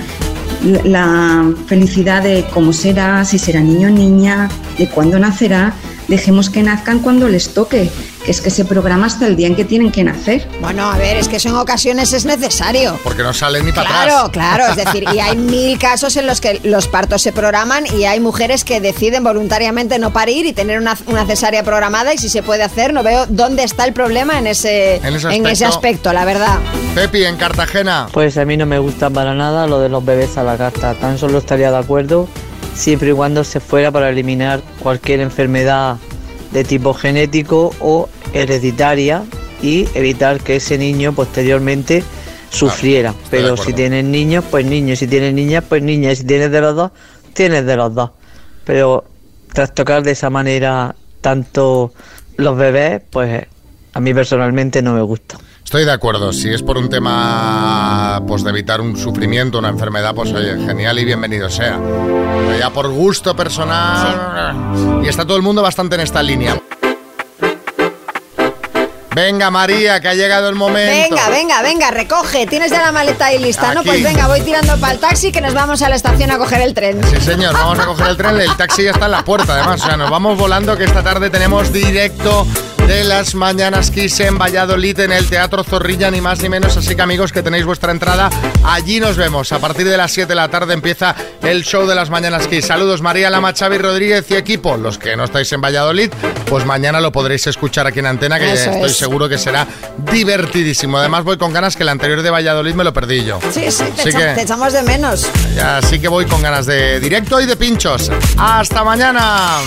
L- La felicidad de cómo será, si será niño o niña, de cuándo nacerá. Dejemos que nazcan cuando les toque, que es que se programa hasta el día en que tienen que nacer.
Bueno, a ver, es que eso en ocasiones es necesario.
Porque no sale ni para
Claro,
atrás.
claro, es decir, y hay mil casos en los que los partos se programan y hay mujeres que deciden voluntariamente no parir y tener una, una cesárea programada y si se puede hacer, no veo dónde está el problema en ese,
En ese
en ese
aspecto.
aspecto, la verdad.
Pepi en Cartagena.
Pues a mí no me gusta para nada lo de los bebés a la carta. Tan solo estaría de acuerdo siempre y cuando se fuera para eliminar cualquier enfermedad de tipo genético o hereditaria y evitar que ese niño posteriormente sufriera. Pero si tienes niños, pues niños. Si tienes niñas, pues niñas. Si tienes de los dos, tienes de los dos. Pero tras tocar de esa manera tanto los bebés, pues a mí personalmente no me gusta.
Estoy de acuerdo, si es por un tema pues de evitar un sufrimiento, una enfermedad, pues oye, genial y bienvenido sea. Pero ya por gusto personal. Y está todo el mundo bastante en esta línea. Venga María, que ha llegado el momento.
Venga, venga, venga, recoge. Tienes ya la maleta ahí lista, ¿no?
Aquí.
Pues venga, voy tirando para el taxi que nos vamos a la estación a coger el tren.
Sí, señor, vamos a coger el tren. El taxi ya está en la puerta, además. O sea, nos vamos volando que esta tarde tenemos directo de las mañanas Kiss en Valladolid, en el Teatro Zorrilla, ni más ni menos. Así que, amigos, que tenéis vuestra entrada, allí nos vemos. A partir de las 7 de la tarde empieza el show de las mañanas Kiss. Saludos, María Lama, Xavi Rodríguez y equipo. Los que no estáis en Valladolid, pues mañana lo podréis escuchar aquí en antena, que
Eso
estoy
es.
seguro que será divertidísimo. Además, voy con ganas que el anterior de Valladolid me lo perdí yo.
Sí, sí, te,
Así
echa-
que-
te echamos de menos.
Así que voy con ganas de directo y de pinchos. ¡Hasta mañana!